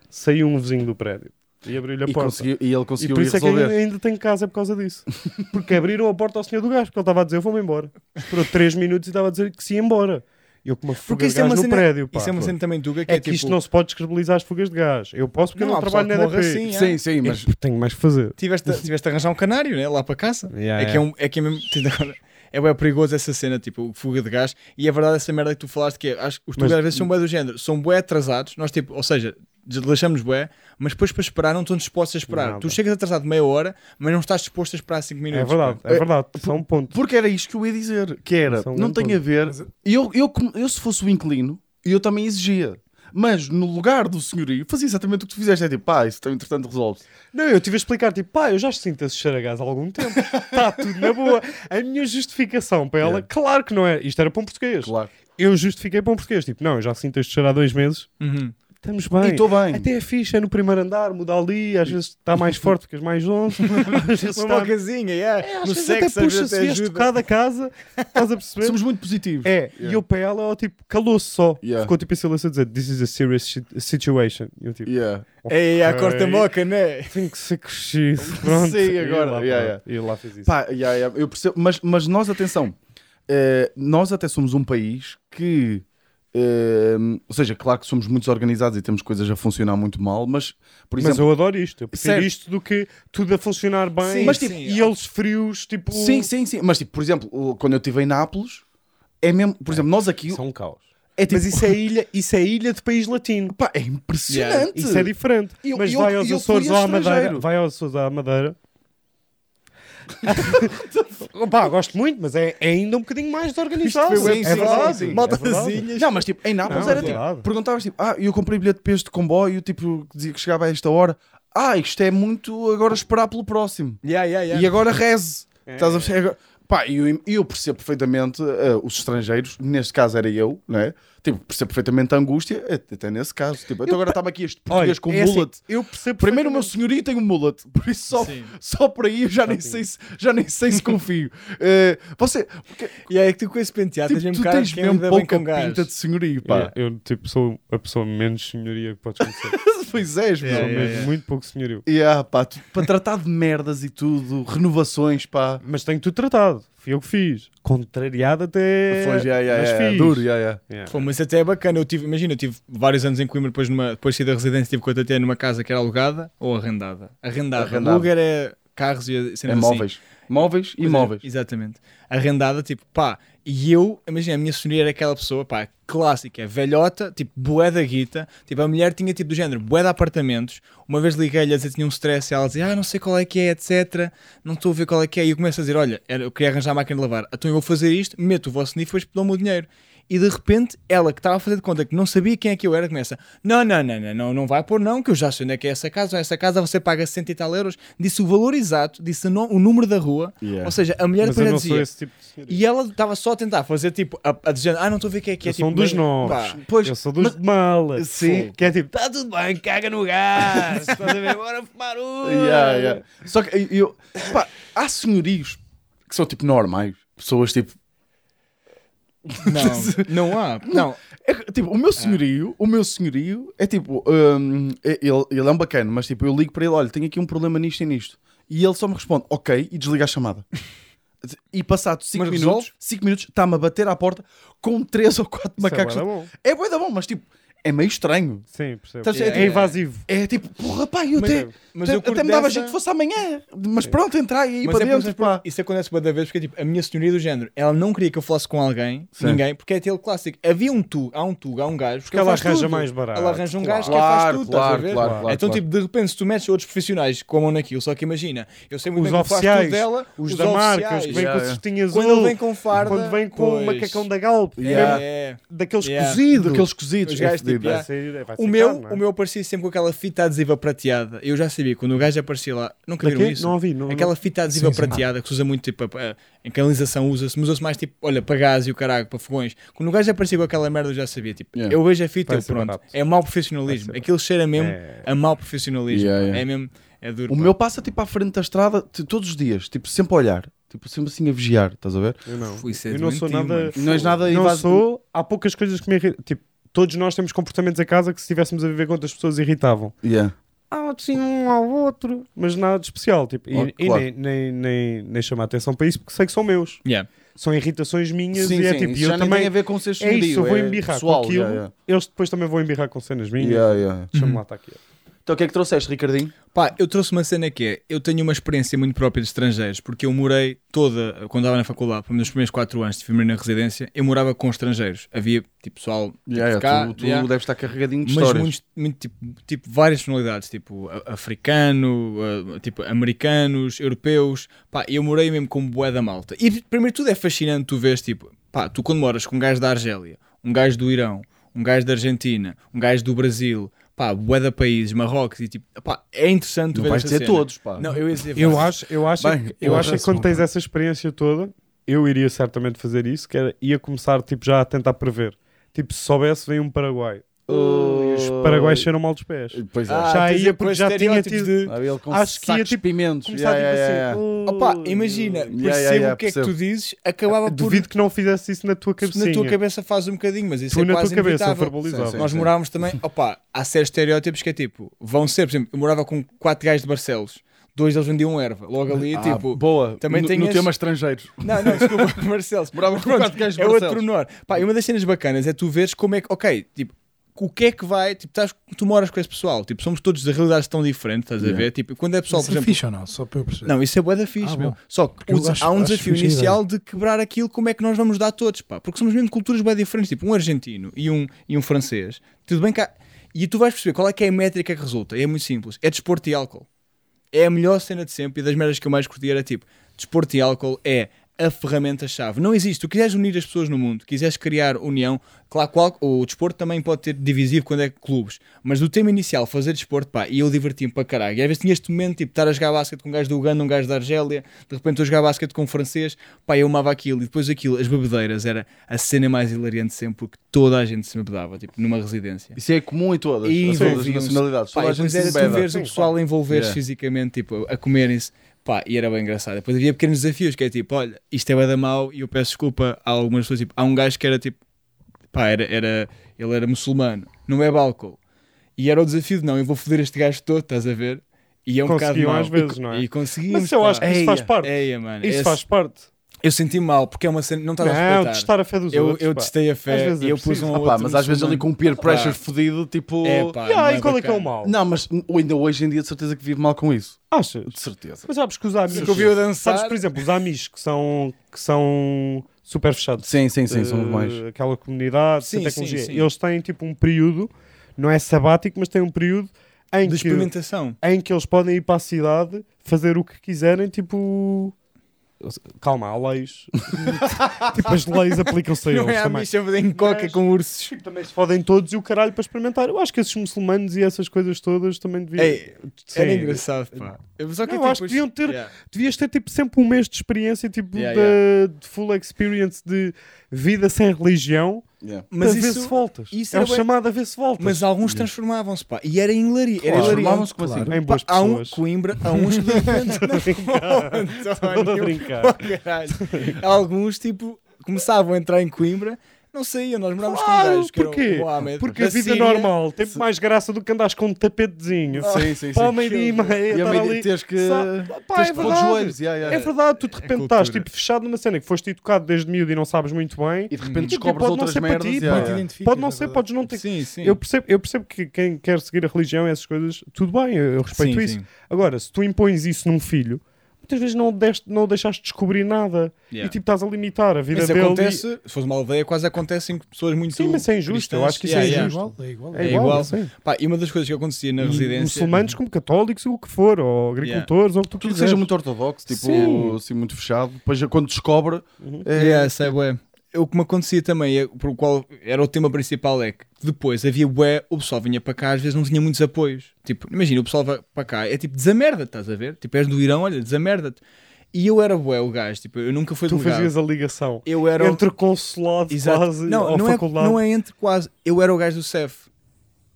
S4: saiu um vizinho do prédio e abriu-lhe a
S1: E,
S4: é porta.
S1: conseguiu- e ele
S4: E
S1: conseguiu
S4: por
S1: ir
S4: isso é que ainda,
S1: resolver.
S4: ainda tenho casa por causa disso. Porque abriram a porta ao senhor do gás, porque ele estava a dizer, eu vou-me embora. Esperou 3 minutos e estava a dizer que se ia embora. E eu com uma fuga
S2: Porque
S4: de
S2: isso é
S4: gás
S2: uma
S4: no
S2: cena.
S4: prédio, pá.
S2: Isso é uma cena também tuga que
S4: É
S2: é
S4: que isto
S2: tipo.
S4: não se pode descredibilizar as fugas de gás. Eu posso porque eu
S2: Não,
S4: não
S2: há pessoal
S4: trabalho
S2: que
S4: na
S2: morre
S4: EDP.
S2: assim,
S1: Sim,
S2: é.
S1: sim, mas.
S4: Mas Tipo, tenho mais que fazer.
S2: Tiveste, tiveste a arranjar um canário, né? Lá para casa.
S4: Yeah,
S2: é, que é, um, é que é mesmo. tens agora- É bem perigoso essa cena, tipo, fuga de gás. E é verdade essa merda que tu falaste que é, acho que os
S4: Mas-
S2: tugas às vezes são bué do género, são bué atrasados. Nós, tipo, ou seja, desleixamos bué, mas depois para esperar não estão dispostos a esperar.
S4: Nada.
S2: Tu chegas atrasado meia hora, mas não estás disposto a esperar 5 minutos.
S4: É verdade,
S2: pá.
S4: é verdade. Só um ponto.
S1: Porque era isto que eu ia dizer, que era,
S4: São um
S1: não
S4: grande
S1: tem a ver,
S3: Mas-
S1: eu, eu, como- eu se fosse o inclino, eu também exigia. Mas no lugar do senhorio, fazia exatamente o que tu fizeste, é tipo, pá, isso então, entretanto resolve-se.
S4: Não, eu tive a explicar, tipo, pá, eu já sinto esse cheiro a gás há algum tempo. Está tudo na boa. A minha justificação para ela,
S1: Yeah.
S4: claro que não é. Isto era para um português.
S1: Claro.
S4: Eu justifiquei para um português. Tipo, não, eu já sinto este cheiro há dois meses.
S2: Uhum.
S4: Estamos
S1: E
S4: bem.
S1: estou bem.
S4: Até é fixe, é no primeiro andar, muda ali. Às vezes está mais forte, ficas mais longe. Às vezes,
S2: Uma
S4: está...
S2: bocazinha,
S4: É,
S2: yeah.
S4: às
S2: no
S4: vezes
S2: sexo,
S4: até
S2: às vezes
S4: puxa-se
S2: até
S4: vês
S2: ajuda.
S4: tocado a casa. Estás a perceber?
S1: Somos muito positivos.
S4: É, e
S1: Yeah.
S4: eu para ela, ó, tipo, calou-se só.
S1: Yeah.
S4: Ficou tipo em silêncio a dizer, this is a serious shit- situation. E eu tipo,
S1: Yeah.
S2: É, a
S4: Ok.
S2: corta moca, né?
S4: tem que ser crescido. Pronto.
S1: Sei
S4: E
S1: agora,
S4: lá,
S1: yeah,
S4: pronto. E lá fez isso.
S1: Pá, yeah, yeah, eu percebo, mas, mas nós, atenção, eh, nós até somos um país que, eh, ou seja, claro que somos muito organizados e temos coisas a funcionar muito mal, mas, por
S4: Mas
S1: exemplo,
S4: eu adoro isto. Eu prefiro
S1: Certo.
S4: isto do que tudo a funcionar bem.
S2: Sim,
S4: mas,
S1: Mas,
S4: tipo,
S1: tipo,
S4: e eles frios, tipo...
S1: sim, sim, sim, mas tipo, por exemplo, o- quando eu estive em Nápoles, é mesmo, por exemplo, nós aqui,
S4: São um caos.
S1: é tipo,
S4: Mas isso é ilha, isso é ilha de país latino.
S1: pá, é impressionante.
S4: Isso é diferente.
S1: E eu-
S4: mas
S1: e eu-
S4: vai aos
S1: e eu
S4: Açores
S1: fui
S4: ou à Madeira.
S1: estrangeiro.
S4: Vai aos Açores ou à Madeira. Pá, gosto muito, mas é, é ainda um bocadinho mais desorganizado.
S1: Isto foi o
S4: é
S1: episódio,
S4: verdade.
S1: sim.
S4: É
S2: Maltazinhas.
S1: Não, mas tipo, em Nápoles
S4: Não,
S1: era
S4: é
S1: tipo,
S4: verdade.
S1: perguntavas tipo, ah, eu comprei bilhete para este comboio, tipo, que dizia que chegava a esta hora, ah, isto é muito agora esperar pelo próximo.
S2: Yeah, yeah, yeah.
S1: E agora reze.
S4: É.
S1: Estás a perceber? Agora- Pá, e eu, eu percebo perfeitamente eh, os estrangeiros, neste caso era eu, né? Tipo, percebo perfeitamente a angústia, eh, até nesse caso. Tipo, então agora estava aqui este português
S4: Olha,
S1: com um
S4: é assim,
S1: mullet.
S4: eu percebo
S1: Primeiro o meu
S4: perfeitamente.
S1: senhorio tem um mullet, por isso só,
S2: Sim.
S1: só por aí eu já nem, sei se, já nem sei se confio. Eh, você, porque,
S2: E aí que tu com esse penteado
S1: tipo, tu
S2: Ah, tens mesmo cara
S1: tens
S2: de quem lida
S1: mesmo
S2: bem
S1: pouca
S2: com um
S1: pinta
S2: gajo.
S1: de senhorio, pá.
S4: Eu, tipo, sou a pessoa menos senhoria que podes conhecer.
S1: pois és, meu.
S2: Yeah,
S4: sou
S1: Yeah.
S2: yeah,
S4: mesmo
S2: yeah.
S4: muito pouco senhorio.
S1: pá, tu- para tratar de merdas e tudo, renovações, pá.
S4: Mas tenho tudo tratado. Fui eu que fiz. Contrariado até.
S1: Foi, yeah, yeah,
S4: É, mas
S1: yeah,
S4: fiz.
S1: duro, yeah, yeah.
S4: Yeah.
S2: Pô, mas até é bacana. Eu tive, imagina, eu tive vários anos em Coimbra, depois, numa, depois de saí da residência, tive com a Tatiana numa casa que era alugada ou arrendada. Arrendada.
S1: Arrendada.
S2: Lugar é carros e cenas
S1: É
S2: assim.
S1: móveis. Móveis e
S2: Pois é,
S1: móveis.
S2: Exatamente. Arrendada, tipo, pá. E eu, imagina, a minha senhoria era aquela pessoa, pá, clássica, velhota, tipo, bué da guita. Tipo, a mulher tinha, tipo, do género, bué de apartamentos. Uma vez liguei-lhe a dizer que tinha um stress e ela dizia, ah, não sei qual é que é, etc. Não estou a ver qual é que é. E eu começo a dizer, olha, era- eu queria arranjar a máquina de lavar. Então eu vou fazer isto, meto o vosso NIF, depois dou-me o dinheiro. E de repente, ela que estava a fazer de conta que não sabia quem é que eu era, começa: Não, não, não, não, não, não vai pôr, não, que eu já sei onde é que é essa casa. Essa casa você paga 60 e tal euros. Disse o valor exato, disse o no- o número da rua.
S1: Yeah.
S2: Ou seja, a mulher
S4: Mas
S2: depois
S4: eu
S2: já
S4: não sou
S2: dizia.
S4: esse tipo de senhoria.
S2: E ela estava só a tentar fazer tipo, a, a dizer: Ah, não estou a ver quem é que é.
S4: Eu
S2: tipo,
S4: sou um
S2: mas-
S4: dos novos.
S2: pá,
S1: Pois,
S4: eu sou dos de mala.
S1: Sim.
S4: Que é tipo, tá tudo bem, caga no gás. Estás a ver? Bora fumar um.
S1: Yeah, yeah. Só que eu. Pá, há senhorios que são tipo normais. Pessoas tipo.
S2: Não, não há. Não,
S1: é que, tipo, o meu senhorio, o meu senhorio é tipo. hum, é- ele, ele é um bacana, mas tipo, eu ligo para ele: olha, tenho aqui um problema nisto e nisto. E ele só me responde: ok, e desliga a chamada. E passado 5
S2: Mas resolve?
S1: minutos, 5 minutos, está-me a bater à porta com 3 ou 4 macacos.
S4: bué da bom.
S1: É bué da bom, mas tipo, é meio estranho.
S4: Sim, percebo.
S1: Estás a
S4: é,
S1: ver?
S4: invasivo.
S1: É tipo, porra, pá, eu
S2: Mas-
S1: até,
S2: mas
S1: até,
S2: eu curto
S1: até me dava
S2: dessa-
S1: jeito que fosse amanhã. Mas pronto, entrar e ir
S2: Mas
S1: para
S2: é por
S1: dentro,
S2: exemplo,
S1: pá.
S2: isso acontece bué da vez porque tipo, a minha senhoria do género, ela não queria que eu falasse com alguém,
S1: Sim.
S2: ninguém, porque é aquele clássico. Havia um tu, há um tu, há um gajo, porque
S4: ela
S2: faz
S4: arranja
S2: tudo.
S4: mais barato.
S2: Ela arranja um gajo que faz
S1: Claro,
S2: tudo,
S1: claro,
S2: estás a ver?
S1: claro, claro,
S2: então,
S1: claro.
S2: tipo, de repente, se tu metes outros profissionais com a mão naquilo, só que imagina, eu
S1: é
S2: sei muito
S4: Os
S2: bem que tu faz
S4: oficiais,
S2: tudo dela,
S4: os, da marca, os que
S2: oficiais.
S4: vêm
S1: Yeah,
S4: com a
S1: yeah.
S4: cestinha azul.
S2: Quando ele vem com farda,
S4: quando vem com
S2: pois.
S4: o macacão da Galp.
S1: Yeah.
S4: mesmo
S2: É.
S4: Daqueles
S2: Yeah.
S4: cozidos.
S1: Daqueles cozidos.
S2: Os gajos,
S1: é fedido,
S2: tipo,
S1: é.
S4: Vai sair- vai
S2: O
S4: ficar,
S2: meu,
S4: não é?
S2: o meu aparecia sempre com aquela fita adesiva prateada. Eu já sabia, quando o gajo aparecia lá, nunca
S4: Da
S2: viram
S4: quê?
S2: isso?
S4: Não ouvi. Não,
S2: Aquela fita adesiva
S3: Sim, sim.
S2: prateada que se usa muito tipo, a- a- em canalização usa-se, mas usa-se mais tipo, olha, para gás e o caralho, para fogões. Quando o gajo apareceu com aquela merda, eu já sabia. Tipo,
S1: Yeah.
S2: eu vejo a fita,
S4: Vai
S2: eu
S4: ser
S2: pronto.
S4: barato.
S2: É mau profissionalismo.
S4: Vai ser
S2: Aquilo cheira
S4: não-
S2: mesmo
S4: É.
S2: a mau profissionalismo.
S1: Yeah, yeah.
S2: É mesmo, é duro.
S1: O
S2: pá.
S1: meu passa tipo à frente da estrada t- todos os dias, tipo sempre a olhar, tipo sempre assim a vigiar, estás a ver?
S4: Eu não.
S2: Fui ser
S4: Eu não sou
S2: doentio,
S4: nada.
S2: mano.
S1: Não és nada
S4: Não
S1: invasivo.
S4: sou. Há poucas coisas que me irritam. Tipo, todos nós temos comportamentos em casa que se estivéssemos a viver com outras pessoas irritavam.
S1: Yeah.
S4: Ah, sim, um ao outro. Mas nada de especial. Tipo, e
S1: Oh,
S4: e
S1: claro.
S4: nem, nem, nem, nem chamar atenção para isso porque sei que são meus.
S2: Yeah.
S4: São irritações minhas
S1: Sim,
S4: e é
S1: sim,
S4: tipo.
S1: isso
S4: e eu
S1: já nem
S4: também.
S1: tem a ver com ser
S4: É
S1: senhorio,
S4: isso, eu vou embirrar
S1: pessoal,
S4: com aquilo.
S1: yeah,
S4: Eles depois também vão embirrar com cenas minhas.
S1: yeah. Yeah, yeah.
S4: Deixa-me
S2: Uhum.
S4: lá estar aqui.
S1: Então, Então o que é que trouxeste, Ricardinho?
S2: Pá, eu trouxe uma cena que é, eu tenho uma experiência muito própria de estrangeiros, porque eu morei toda, quando estava na faculdade, nos primeiros 4 anos, estive na residência, eu morava com estrangeiros. Havia, tipo, pessoal tipo,
S1: Yeah,
S2: de cá,
S1: tu tu
S2: yeah,
S1: deves estar carregadinho de
S2: mas
S1: histórias.
S2: muitos, muito, tipo, tipo, várias personalidades, tipo, a- africano, a- tipo, americanos, europeus, pá, eu morei mesmo com bué da malta. E primeiro de tudo é fascinante, tu vês, tipo, pá, tu quando moras com um gajo da Argélia, um gajo do Irão, um gajo da Argentina, um gajo do Brasil, pá, bué da países, Marrocos, e tipo, pá, é interessante tu
S1: Não
S2: ver
S1: vais
S2: esta
S1: dizer
S2: cena.
S1: todos, pá.
S2: Não, eu ia dizer
S4: Eu
S2: vários.
S4: acho, eu acho,
S1: Bem,
S4: que, eu
S3: eu
S4: acho que
S3: acho
S4: quando
S3: bom,
S4: tens
S3: pá.
S4: essa experiência toda, eu iria certamente fazer isso, que era, ia começar tipo, já a tentar prever. Tipo, se soubesse, vem um Paraguai.
S2: Oh.
S4: E os Paraguais cheiram mal dos pés.
S1: Pois é.
S4: já
S2: quer dizer,
S4: ia porque
S2: pois,
S4: já tinha
S2: estereótipos
S4: tido...
S2: de-
S1: Ah, ele com
S4: acho que ia,
S1: sacos
S4: tipo,
S1: pimentos.
S4: Começar
S1: Yeah,
S4: tipo
S1: yeah,
S4: assim...
S1: yeah.
S4: "Oh,
S2: Opa, imagina, percebo
S1: yeah, yeah,
S2: o que é que
S1: percebo.
S2: tu dizes, acabava por...
S4: Duvido que não fizesse isso na tua
S2: se
S4: cabecinha.
S2: Na tua cabeça faz um bocadinho, mas isso
S4: Tu
S2: é
S4: na
S2: quase
S4: tua cabeça,
S2: inevitável.
S4: verbalizava.
S1: Sim, sim.
S2: Nós morávamos também, opa, há certos estereótipos que é tipo, vão ser, por exemplo, eu morava com quatro gajos de Barcelos, dois deles vendiam um erva, logo ali,
S1: Ah,
S2: tipo,
S1: boa.
S2: também
S1: no,
S2: tem
S1: no
S2: esse-
S1: tema estrangeiros.
S2: não, não, desculpa, Barcelos,
S1: Morava com
S2: Pronto,
S1: quatro gajos de
S2: é outro
S1: Barcelos.
S2: menor. Pá, e uma das cenas bacanas é tu veres como é que, ok, tipo, o que é que vai, tipo, estás, tu moras com esse pessoal, tipo, somos todos de realidades tão diferentes, estás a
S1: Yeah.
S2: ver? Tipo, quando é pessoal,
S3: Isso
S2: por
S3: é
S2: exemplo,
S3: fixe ou não? Só para eu perceber.
S2: não, isso é bué da fixe,
S3: Ah,
S2: meu.
S3: bom.
S2: Só que
S3: eu
S2: o-
S3: acho-
S2: há um
S3: acho
S2: desafio
S3: fixe a
S2: inicial de quebrar aquilo, como é que nós vamos dar todos, pá. Porque somos mesmo culturas bem diferentes, tipo um argentino e um, e um francês. Tudo bem cá. E tu vais perceber qual é que é a métrica que resulta. E é muito simples. É desporto e álcool. É a melhor cena de sempre e das merdas que eu mais curti era tipo, desporto e álcool é a ferramenta-chave. Não existe. Tu quiseres unir as pessoas no mundo, quiseres criar união, claro que o álcool- o desporto também pode ter divisivo quando é clubes, mas do tema inicial, fazer desporto, pá, e eu diverti-me para caralho. E às vezes tinha este momento, tipo, estar a jogar basquete com um gajo do Uganda, um gajo da Argélia, de repente eu jogava basquete com um francês, pá, eu amava aquilo. E depois aquilo, as bebedeiras, era a cena mais hilariante sempre, porque toda a gente se bebedava, tipo, numa residência.
S1: Isso é comum em todas,
S2: E
S1: em todas as
S2: envolviam-se.
S1: nacionalidades.
S2: Pá,
S1: Toda a
S2: e
S1: gente
S2: depois
S1: se
S2: era tu
S1: embeda.
S2: veres o
S4: Sim,
S2: pessoal a envolver-se
S1: Yeah.
S2: fisicamente, tipo, a comerem-se. Pá, e era bem engraçado. Depois havia pequenos desafios, que é tipo, olha, isto é bué da mau e eu peço desculpa a algumas pessoas. Tipo, há um gajo que era tipo, pá, era, era, ele era muçulmano, não bebe álcool. E era o desafio de, não, eu vou foder este gajo todo, estás a ver? E é um bocado
S4: Conseguiam
S2: mau.
S4: às vezes,
S2: E-
S4: não é?
S2: E conseguimos,
S4: Mas eu
S2: pá.
S4: acho que isso
S1: Eia,
S4: faz parte.
S2: Eia, mano,
S4: Isso
S2: esse-
S4: faz parte.
S2: Eu senti mal, porque é uma cena, não estás a
S4: Não,
S2: respeitar.
S4: testar a fé dos
S2: eu,
S4: outros.
S2: eu
S4: pá.
S2: testei a
S4: Às
S2: fé
S4: vezes é
S2: e eu pus
S4: preciso.
S2: um
S4: Ah,
S1: Ah,
S2: outro
S1: pá, mas às vezes ali
S2: muçulmano.
S1: com um peer pressure
S2: Pá.
S1: fodido, tipo.
S2: É, pá,
S4: Yeah,
S2: não
S4: e qual é que é o
S2: bacana.
S4: mal?
S1: Não, mas n- ainda hoje em dia de certeza que vive mal com isso.
S4: Achas?
S1: De certeza.
S4: Mas sabes que os amigos.
S2: Nunca ouviu dançar.
S4: Sabes, por exemplo, os amis que são, que são super fechados.
S1: Sim, sim, sim, são os
S4: Eh,
S1: mais.
S4: Aquela comunidade,
S2: Sim,
S4: sim, tecnologia.
S2: sim, sim.
S4: Eles têm tipo um período, não é sabático, mas têm um período em
S2: de
S4: que,
S2: experimentação.
S4: em que eles podem ir para a cidade fazer o que quiserem, tipo. Calma, há leis. tipo, as leis aplicam-se a eles
S2: Não é a
S4: também.
S2: missa em coca
S4: Mas-
S2: com ursos.
S4: Também se fodem todos e o caralho para experimentar. Eu acho que esses muçulmanos e essas coisas todas também deviam.
S2: Ei, Era
S4: É, Sim.
S2: engraçado, pá. Eu, só que
S4: Não,
S2: tipo,
S4: acho que deviam ter-
S2: yeah.
S4: Devias ter tipo, sempre um mês de experiência, tipo,
S2: Yeah,
S4: da- de full experience de vida sem religião,
S1: Yeah.
S2: Mas
S4: para ver
S2: isso-
S4: se voltas.
S2: isso
S4: é
S2: era
S4: o
S2: bué-
S4: chamado a ver se voltas.
S2: Mas alguns transformavam-se, pá. E era hilari-
S1: Claro.
S2: era hilariante.
S1: Transformavam-se como assim?
S4: Em
S2: Pá,
S4: boas
S2: há um
S4: pessoas.
S2: Coimbra, há uns que de repente- Não,
S4: Estou a
S2: António,
S4: brincar.
S2: oh, caralho. Alguns, tipo, começavam a entrar em Coimbra, não saíam, nós morámos com um
S4: Claro,
S2: gajo que era o assim,
S4: porquê?
S2: Mohamed,
S4: Porque
S2: da
S4: a vida
S2: Síria.
S4: normal tem mais graça do que andares com um tapetezinho.
S1: Sim, sim, sim.
S4: Para o meio-dia Ah, e meia,
S1: E a
S4: estar
S1: meio
S4: ali.
S1: dia tens que.
S4: Sabe? Pá,
S1: Tens
S4: é
S1: que pôr os
S4: verdade.
S1: joelhos. yeah, yeah.
S4: É verdade, tu de repente
S2: cultura.
S4: estás tipo, fechado numa cena que foste educado desde miúdo e não sabes muito bem.
S1: E de repente
S4: Tipo,
S1: descobres
S4: pode não
S1: outras
S4: ser para
S1: merdas.
S4: ti,
S1: yeah,
S4: pá.
S1: yeah.
S4: Pode
S2: é
S4: não ser, podes não ter.
S2: Sim, sim.
S4: Eu percebo, eu percebo que quem quer seguir a religião, essas coisas, tudo bem, eu, eu respeito
S2: Sim,
S4: isso.
S2: sim.
S4: Agora, se tu impões isso num filho, muitas vezes não, o deste, não o deixaste descobrir nada
S2: Yeah.
S4: e tipo estás a limitar a vida
S2: Mas
S4: dele. e-
S2: acontece, se fosse uma aldeia, quase acontece em pessoas muito.
S4: Sim, mas é injusto, eu acho que isso
S2: cristãs. Yeah,
S4: é
S3: É
S2: yeah.
S3: igual, é igual.
S4: É
S2: É
S4: igual,
S2: igual.
S4: sim. Hum,
S2: Pá, e uma das coisas que acontecia na
S4: E
S2: residência.
S4: muçulmanos como católicos ou o que for, ou agricultores, ou o que tu
S1: Tudo que
S4: quiseres.
S1: seja muito ortodoxo, tipo,
S4: Sim.
S1: assim, muito fechado. Depois quando descobre.
S2: É, essa é bué. O que me acontecia também, é, por qual era o tema principal, é que depois havia bué, o pessoal vinha para cá, às vezes não tinha muitos apoios. Tipo, imagina, o pessoal vai para cá, é tipo, desamerda estás a ver? Tipo, és do Irão, olha, desamerda-te. E eu era bué o gajo, tipo, eu nunca fui
S4: Tu
S2: delegado.
S4: fazias a ligação
S2: Eu era o-
S4: entre consulado
S2: Exato.
S4: quase
S2: não,
S4: ou
S2: não, é,
S4: faculdade,
S2: não é entre quase, eu era o gajo do CEF.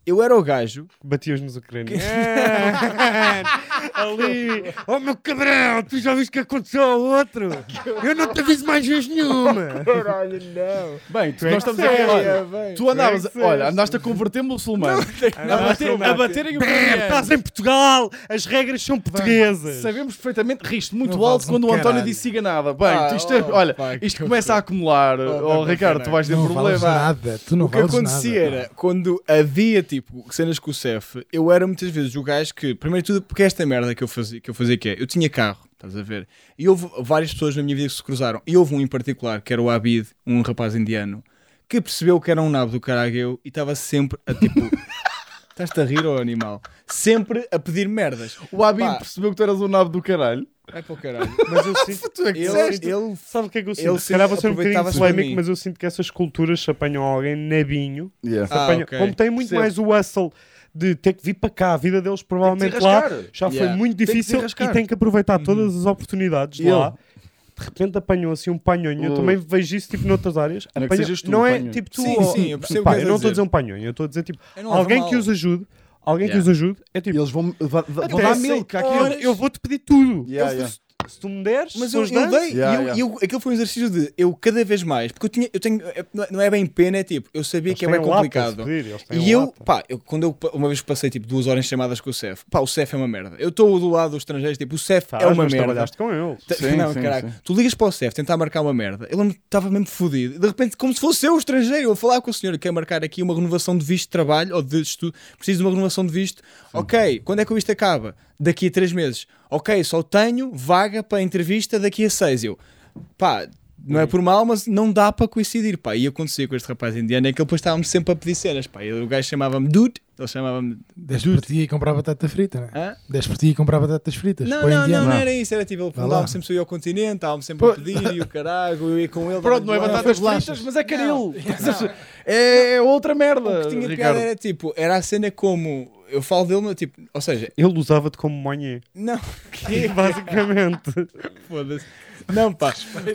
S2: Eu era o gajo
S4: batias nos ucranianos. ali. Oh meu cabrão, tu já viste o que aconteceu ao outro? Eu não te aviso mais vez nenhuma.
S5: Caralho, não.
S1: Bem, tu,
S5: é
S1: nós
S5: que
S1: estamos aqui.
S5: sei,
S1: Olha,
S5: é, bem.
S1: tu andavas.
S5: Tu é que
S1: olha,
S5: sei.
S1: andaste a converter muçulmano.
S2: A bater- a baterem o
S4: Brrr, tá
S2: Premier.
S4: Estás em Portugal, as regras são portuguesas.
S1: Sabemos perfeitamente, riste muito
S3: Não
S1: alto
S3: vales um
S1: quando o António
S3: caralho.
S1: disse siga nada. Bem,
S2: Ah,
S1: isto é-
S2: oh,
S1: olha,
S2: pá, que
S1: isto começa a acumular. Oh,
S2: Oh,
S1: Ricardo, tu vais ter
S3: não vales
S1: problema.
S3: nada. Tu não
S2: O que
S3: vales
S2: acontecia
S3: nada.
S2: era, quando havia tipo cenas com o CEF, eu era muitas vezes o gajo que, primeiro de tudo, porque esta merda que eu fazia, que eu fazia que é, eu tinha carro, estás a ver? E houve várias pessoas na minha vida que se cruzaram. E houve um em particular, que era o Abid, um rapaz indiano, que percebeu que era um nabo do caragueu e estava sempre a tipo. Estás-te a rir, ó animal? Sempre a pedir merdas.
S1: O Abin
S2: Pá.
S1: percebeu que tu eras um nabo do caralho.
S2: Vai para o caralho.
S4: Mas eu sinto.
S1: Tu é que
S2: Ele,
S1: disseste.
S2: ele
S4: Sabe o que é que eu
S2: Ele
S4: sinto? Se calhar vou ser um bocadinho
S2: aproveitava-se para
S4: polémico,
S2: mim.
S4: mas eu sinto que essas culturas se apanham alguém nabinho.
S1: Yeah.
S4: se
S2: Ah,
S4: apanham-
S2: ok.
S4: Como tem muito
S1: Percebo.
S4: mais o hustle de ter que vir para cá, a vida deles provavelmente lá
S1: rascar.
S4: já
S2: Yeah.
S4: foi muito
S1: Tem que se
S4: difícil
S1: rascar.
S4: e tem que aproveitar
S2: Uhum.
S4: todas as oportunidades
S1: E
S4: lá. De repente apanham assim um panhonho. Eu
S1: Uh.
S4: também vejo isso tipo noutras áreas.
S1: Não é que
S4: Apanham-
S1: sejas tu
S4: não
S1: um
S4: é
S1: panhonho.
S4: tipo tu.
S2: Sim,
S4: oh,
S2: sim, eu percebo o
S4: pá,
S2: que
S4: eu
S2: queres
S4: não estou a
S2: dizer.
S4: dizer um panhonho, eu estou a dizer tipo
S2: É normal.
S4: alguém que os ajude. Alguém que
S2: Yeah.
S4: os ajude é tipo.
S1: Eles vão, vão, vão
S4: até
S1: dar
S4: sei-
S1: milk
S4: Olha,
S1: àquilo.
S4: eu vou-te pedir tudo.
S1: Yeah,
S4: Eu-
S1: yeah.
S4: se- Se tu me deres,
S2: Mas
S4: se
S2: eu,
S4: os
S2: eu
S4: dás,
S2: dei, e
S1: Yeah,
S2: eu,
S1: yeah.
S2: eu- aquilo foi um exercício de eu cada vez mais, porque eu tinha, eu tenho, é, não é- não é bem pena, é tipo, eu sabia
S4: eles
S2: que é bem
S4: têm um lata,
S2: complicado.
S4: se pedir, eles têm um
S2: E eu,
S4: lata.
S2: pá, eu, quando eu pa- uma vez passei tipo duas horas em chamadas com o CEF, pá, o CEF é uma merda. Eu estou do lado dos estrangeiros, tipo, o CEF
S4: Tá,
S2: é uma
S4: mas
S2: merda.
S4: trabalhaste com eles.
S2: T-
S1: Sim,
S2: não,
S1: sim,
S2: caraca,
S1: sim.
S2: tu ligas para o CEF tentar marcar uma merda. Eu lembro estava mesmo fodido. De repente, como se fosse eu o estrangeiro, eu falar com o senhor que quer marcar aqui uma renovação de visto de trabalho ou de estudo. Preciso de uma renovação de visto. Ok, quando é que o visto acaba? Daqui a três meses. Ok, só tenho vaga para entrevista daqui a seis. Eu, pá, não é por mal, mas não dá para coincidir. Pá, e acontecia com este rapaz indiano é que ele depois estava-me sempre a pedir cenas. Pá, e o gajo chamava-me Dude, ele chamava-me.
S3: 10 por ti e comprar batata frita, né?
S2: Hã?
S3: 10 por ti e comprar batatas fritas.
S2: Não,
S3: Põe
S2: não, não,
S3: indiano.
S2: não era isso. Era tipo, ele
S3: Vai lá.
S2: dava-me sempre sair ao continente, estava-me sempre a pedir e o caralho, eu ia com ele.
S1: Pronto,
S2: dava-lhe
S1: não é
S2: boa-
S1: batatas
S3: Não,
S1: fritas, mas é caril. É outra merda.
S2: O que tinha piada
S1: Ricardo.
S2: era tipo, era a cena como. Eu falo dele, mas tipo, ou seja,
S4: Ele usava-te como monhê.
S2: não, que
S4: Basicamente.
S2: foda-se. Não, pá,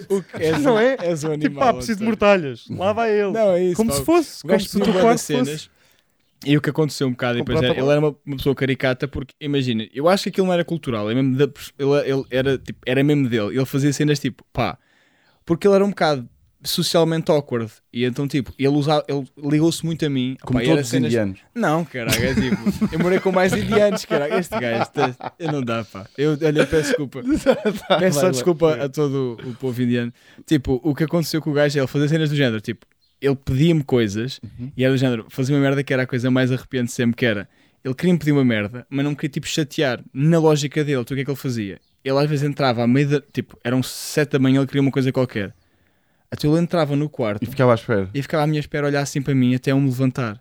S2: o que és,
S4: Não é?
S2: És um animal,
S4: tipo, pá, preciso de
S2: António.
S4: mortalhas. Lá vai ele.
S2: Não, é isso.
S4: como
S2: pá,
S4: se fosse.
S2: o
S4: Como
S2: gajo
S4: se o
S2: tinha
S4: teu
S2: bué
S4: quarto
S2: de cenas.
S4: fosse.
S2: E o que aconteceu um bocado, e depois
S4: Comprou
S2: era, ele era uma, uma pessoa caricata, porque imagina, eu acho que aquilo não era cultural, é mesmo da pers- ele, ele era, tipo, era mesmo dele, ele fazia cenas tipo, pá, porque ele era um bocado socialmente awkward, e então tipo, ele, usava- ele ligou-se muito a mim,
S1: Como
S2: pá, e era
S1: todos os
S2: cenas-
S1: indianos.
S2: Não, caralho, é tipo, eu morei com mais indianos, caralho. Este gajo, tá- eu não dá, pá. Eu, olha, peço desculpa. Peço só
S1: vai.
S2: desculpa a todo o povo indiano. Tipo, o que aconteceu com o gajo é ele fazia cenas do género, tipo, ele pedia-me coisas e era do género, fazia uma merda que era a coisa mais arrepiante sempre que era. Ele queria me pedir uma merda, mas não me queria tipo chatear na lógica dele. Então o que é que ele fazia? Ele às vezes entrava à meia da. Tipo, eram sete da manhã, ele queria uma coisa qualquer. Então ele entrava no quarto
S1: E ficava à espera.
S2: e ficava à minha espera a olhar assim para mim até eu me levantar.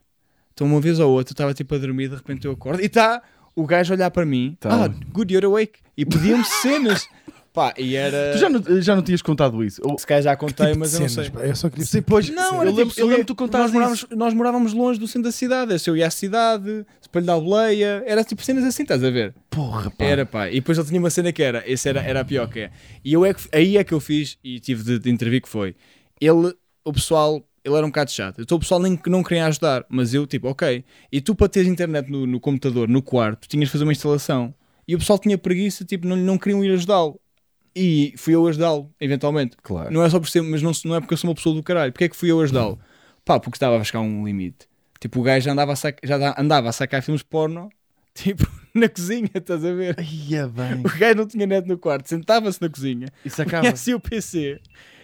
S2: Então, uma vez ou outra, eu estava tipo a dormir, de repente eu acordo e está o gajo a olhar para mim.
S1: Tá.
S2: Ah, good, you're awake. E pedia-me cenas. Pá, e era.
S1: Tu já não, já não tinhas contado isso? Eu-
S2: Se calhar já contei,
S3: Tipo de
S2: mas eu não
S3: cenas,
S2: sei.
S3: pá, Eu só queria
S1: Sim, pois,
S2: Não,
S1: eu
S2: era
S1: lembro,
S2: tipo,
S1: eu
S2: eu
S1: lembro
S2: ia-
S1: tu
S2: nós
S1: contares
S2: morávamos,
S1: isso.
S2: nós morávamos longe do centro da cidade. Eu ia à cidade, espelho da Aboleia. Era tipo cenas assim, estás a ver?
S1: Porra, pá.
S2: Era pá, e depois ele tinha uma cena que era, esse era, era a pior que é. E eu é que, aí é que eu fiz e tive de, de intervir que foi. Ele, o pessoal, ele era um bocado chato. Então o pessoal nem que não queria ajudar, mas eu tipo, ok. E tu para teres internet no, no computador, no quarto, tinhas de fazer uma instalação. E o pessoal tinha preguiça, tipo, não, não queriam ir ajudá-lo. E fui eu ajudá-lo, eventualmente.
S1: Claro.
S2: Não é só por ser, mas não, se- não é porque eu sou uma pessoa do caralho. Porquê é que fui eu ajudá-lo? Pá, porque estava a chegar a um limite. Tipo, o gajo já andava a, sac- já da- andava a sacar filmes porno, tipo, na cozinha, estás a ver?
S1: Ia bem.
S2: O gajo não tinha net no quarto, sentava-se na cozinha,
S1: E sacava.
S2: tinha assim o PC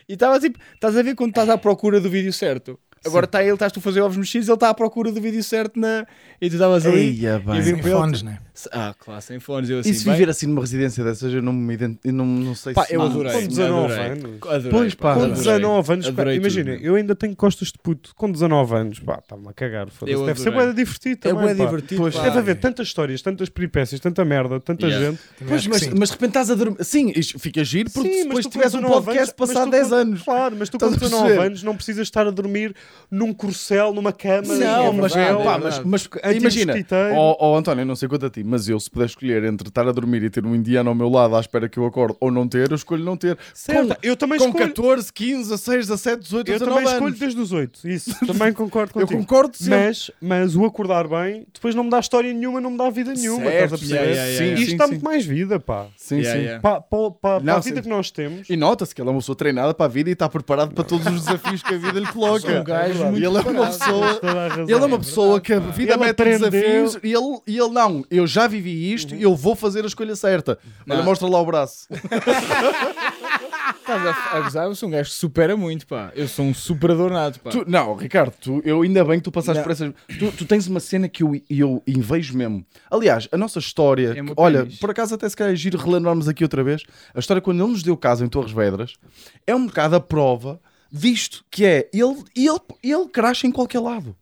S2: e estava tipo, estás a ver quando estás à procura do vídeo certo? Agora está ele, estás tu a fazer ovos mexidos, ele está à procura do vídeo certo na... e tu estavas ali.
S1: Ia
S2: E
S1: bem.
S2: vir
S3: sem
S2: com ele.
S3: fones, né?
S2: Ah, claro, sem fones, eu assim. Ah,
S1: E se
S2: bem,
S1: viver assim numa residência dessas, eu não me ident... eu não, não sei
S2: Pá,
S1: se.
S2: eu
S1: não-
S2: adorei.
S4: Com 19
S2: adorei.
S4: anos.
S2: Adorei,
S1: Pois, pá,
S4: Com
S1: adorei.
S4: 19 anos, pá,
S2: Adorei
S4: imagina,
S2: tudo.
S4: eu ainda tenho costas de puto. Com 19 anos, pá, está-me a cagar. foda-se.
S2: Eu
S4: Deve ser
S2: adorei.
S4: bué divertido
S2: É
S4: também,
S2: bué
S4: pá.
S2: divertido.
S1: Pois,
S2: pá. é
S4: Deve haver tantas histórias, tantas peripécias, tanta merda, tanta
S2: Yeah.
S4: gente.
S3: Também
S1: Pois,
S3: acho que
S1: mas,
S3: sim.
S1: mas de repente estás a dormir. Sim, isto fica giro porque
S4: Sim, mas
S1: depois
S4: tu
S1: tivesse
S4: com
S1: um
S4: 19
S1: podcast
S4: anos- mas
S1: passado
S4: tu
S1: 10
S4: com-
S1: anos.
S4: Claro, mas tu com
S1: Estás a
S4: 19
S1: perceber?
S4: anos não precisas estar a dormir num corcel, numa cama.
S2: Sim, é
S1: Não, mas,
S2: verdade,
S1: pá,
S2: é
S1: mas,
S2: verdade.
S1: mas
S4: Anti-mosquiteiro.
S1: imagina, ó oh, António, eu não sei quanto a ti, mas eu, se puder escolher entre estar a dormir e ter um indiano ao meu lado à espera que eu acorde ou não ter, eu escolho não ter.
S4: Certo, eu também
S1: com
S4: escolho.
S1: 14, 15, 16, 17, 18,
S4: Eu
S1: 19
S4: também escolho
S1: anos.
S4: desde os 8. Isso, também concordo
S1: Eu
S4: contigo.
S1: concordo sim.
S4: mas, mas o acordar bem, depois não me dá história nenhuma, não me dá vida nenhuma. estás a
S1: certo,
S4: perceber?
S2: yeah,
S1: certo,
S2: yeah,
S1: sim,
S2: yeah.
S1: sim,
S4: Isto dá
S1: sim.
S4: muito mais vida, pá.
S1: Sim,
S2: Yeah,
S1: sim.
S2: yeah.
S4: Pá, pá, pá,
S1: Não,
S4: para a vida
S1: sim.
S4: que nós temos.
S1: E nota-se que ele é uma pessoa treinada para a vida e está preparado para todos os desafios que a vida lhe coloca.
S2: É um gajo
S1: e
S2: muito
S1: ele é uma
S2: preparado.
S1: pessoa.
S4: Toda a razão.
S1: Ele é uma pessoa que a vida
S4: Ele
S1: mete
S4: aprendeu. Uhum.
S1: desafios e ele, e ele não, eu já vivi isto e eu vou fazer a escolha certa. Olha,
S2: Não.
S1: mostra lá o braço.
S2: Estás a, a gozar, eu sou um gajo que supera muito, pá. Eu sou um superador nato, pá.
S1: Tu- não, Ricardo, tu- eu ainda bem que tu passaste
S2: Não.
S1: por essas. Tu, tu tens uma cena que eu, eu invejo mesmo. Aliás, a nossa história.
S2: É
S1: que-
S2: uma
S1: olha,
S2: pena.
S1: por acaso até se calhar é giro relembrarmos aqui outra vez. A história quando ele nos deu casa em Torres Vedras é um bocado a prova disto que é. Ele, ele, ele cracha em qualquer lado.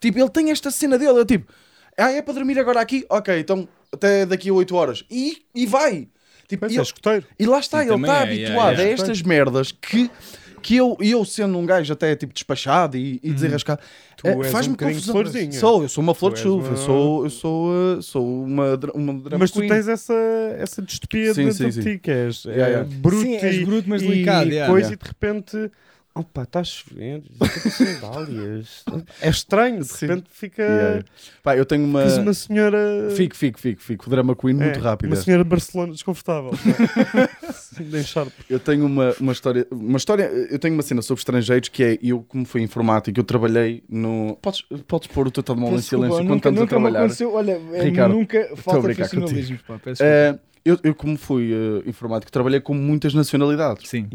S1: Tipo, ele tem esta cena dele. É tipo, ah, é para dormir agora aqui? Ok, então até daqui a 8 horas. E, e vai. Tipo,
S4: Mas
S1: ele-
S4: é escuteiro.
S1: e lá está,
S2: E
S1: ele
S2: também
S1: está
S2: é,
S1: habituado
S2: é, é.
S1: a estas merdas que, que eu, eu, sendo um gajo até tipo despachado e, e desarrascado,
S4: Uhum. Tu és um bocadinho florzinha.
S1: Sou, eu sou uma flor
S4: Tu
S1: de
S4: és
S1: chuva,
S4: uma-
S1: eu sou, eu sou, uh, sou uma, dra- uma drama
S4: Mas tu
S1: queen.
S4: tens essa, essa distopia
S1: Sim,
S4: de,
S1: sim,
S4: de
S1: sim.
S4: ti, que és é,
S1: Yeah, yeah.
S4: bruto
S2: Sim, és
S4: e-
S2: bruto, mas
S4: e
S2: delicado, yeah.
S4: coisa,
S1: Yeah.
S4: E de repente, opa, está a chover, já estou com sandálias. é estranho, de
S1: Sim.
S4: repente fica...
S1: Yeah. Pá, eu tenho uma.
S4: Fiz Ah, uma senhora...
S1: Fico, fico, fico, fico. Drama queen
S4: É,
S1: muito rápida.
S4: Uma senhora de Barcelona desconfortável. Sim, deixar
S1: Eu tenho uma, uma história, uma história. Eu tenho uma cena sobre estrangeiros que é eu, como fui informático, eu trabalhei no. Podes, podes pôr o teu telemóvel em silêncio quando
S2: nunca,
S1: estamos a
S2: nunca me
S1: trabalhar.
S2: aconteceu, olha, é,
S1: Ricardo,
S2: nunca
S1: a
S2: falta
S1: brincar
S2: profissionalismo, pá. Peço desculpa.
S1: Eh, eu, eu, como fui eh, informático, trabalhei com muitas nacionalidades.
S2: Sim.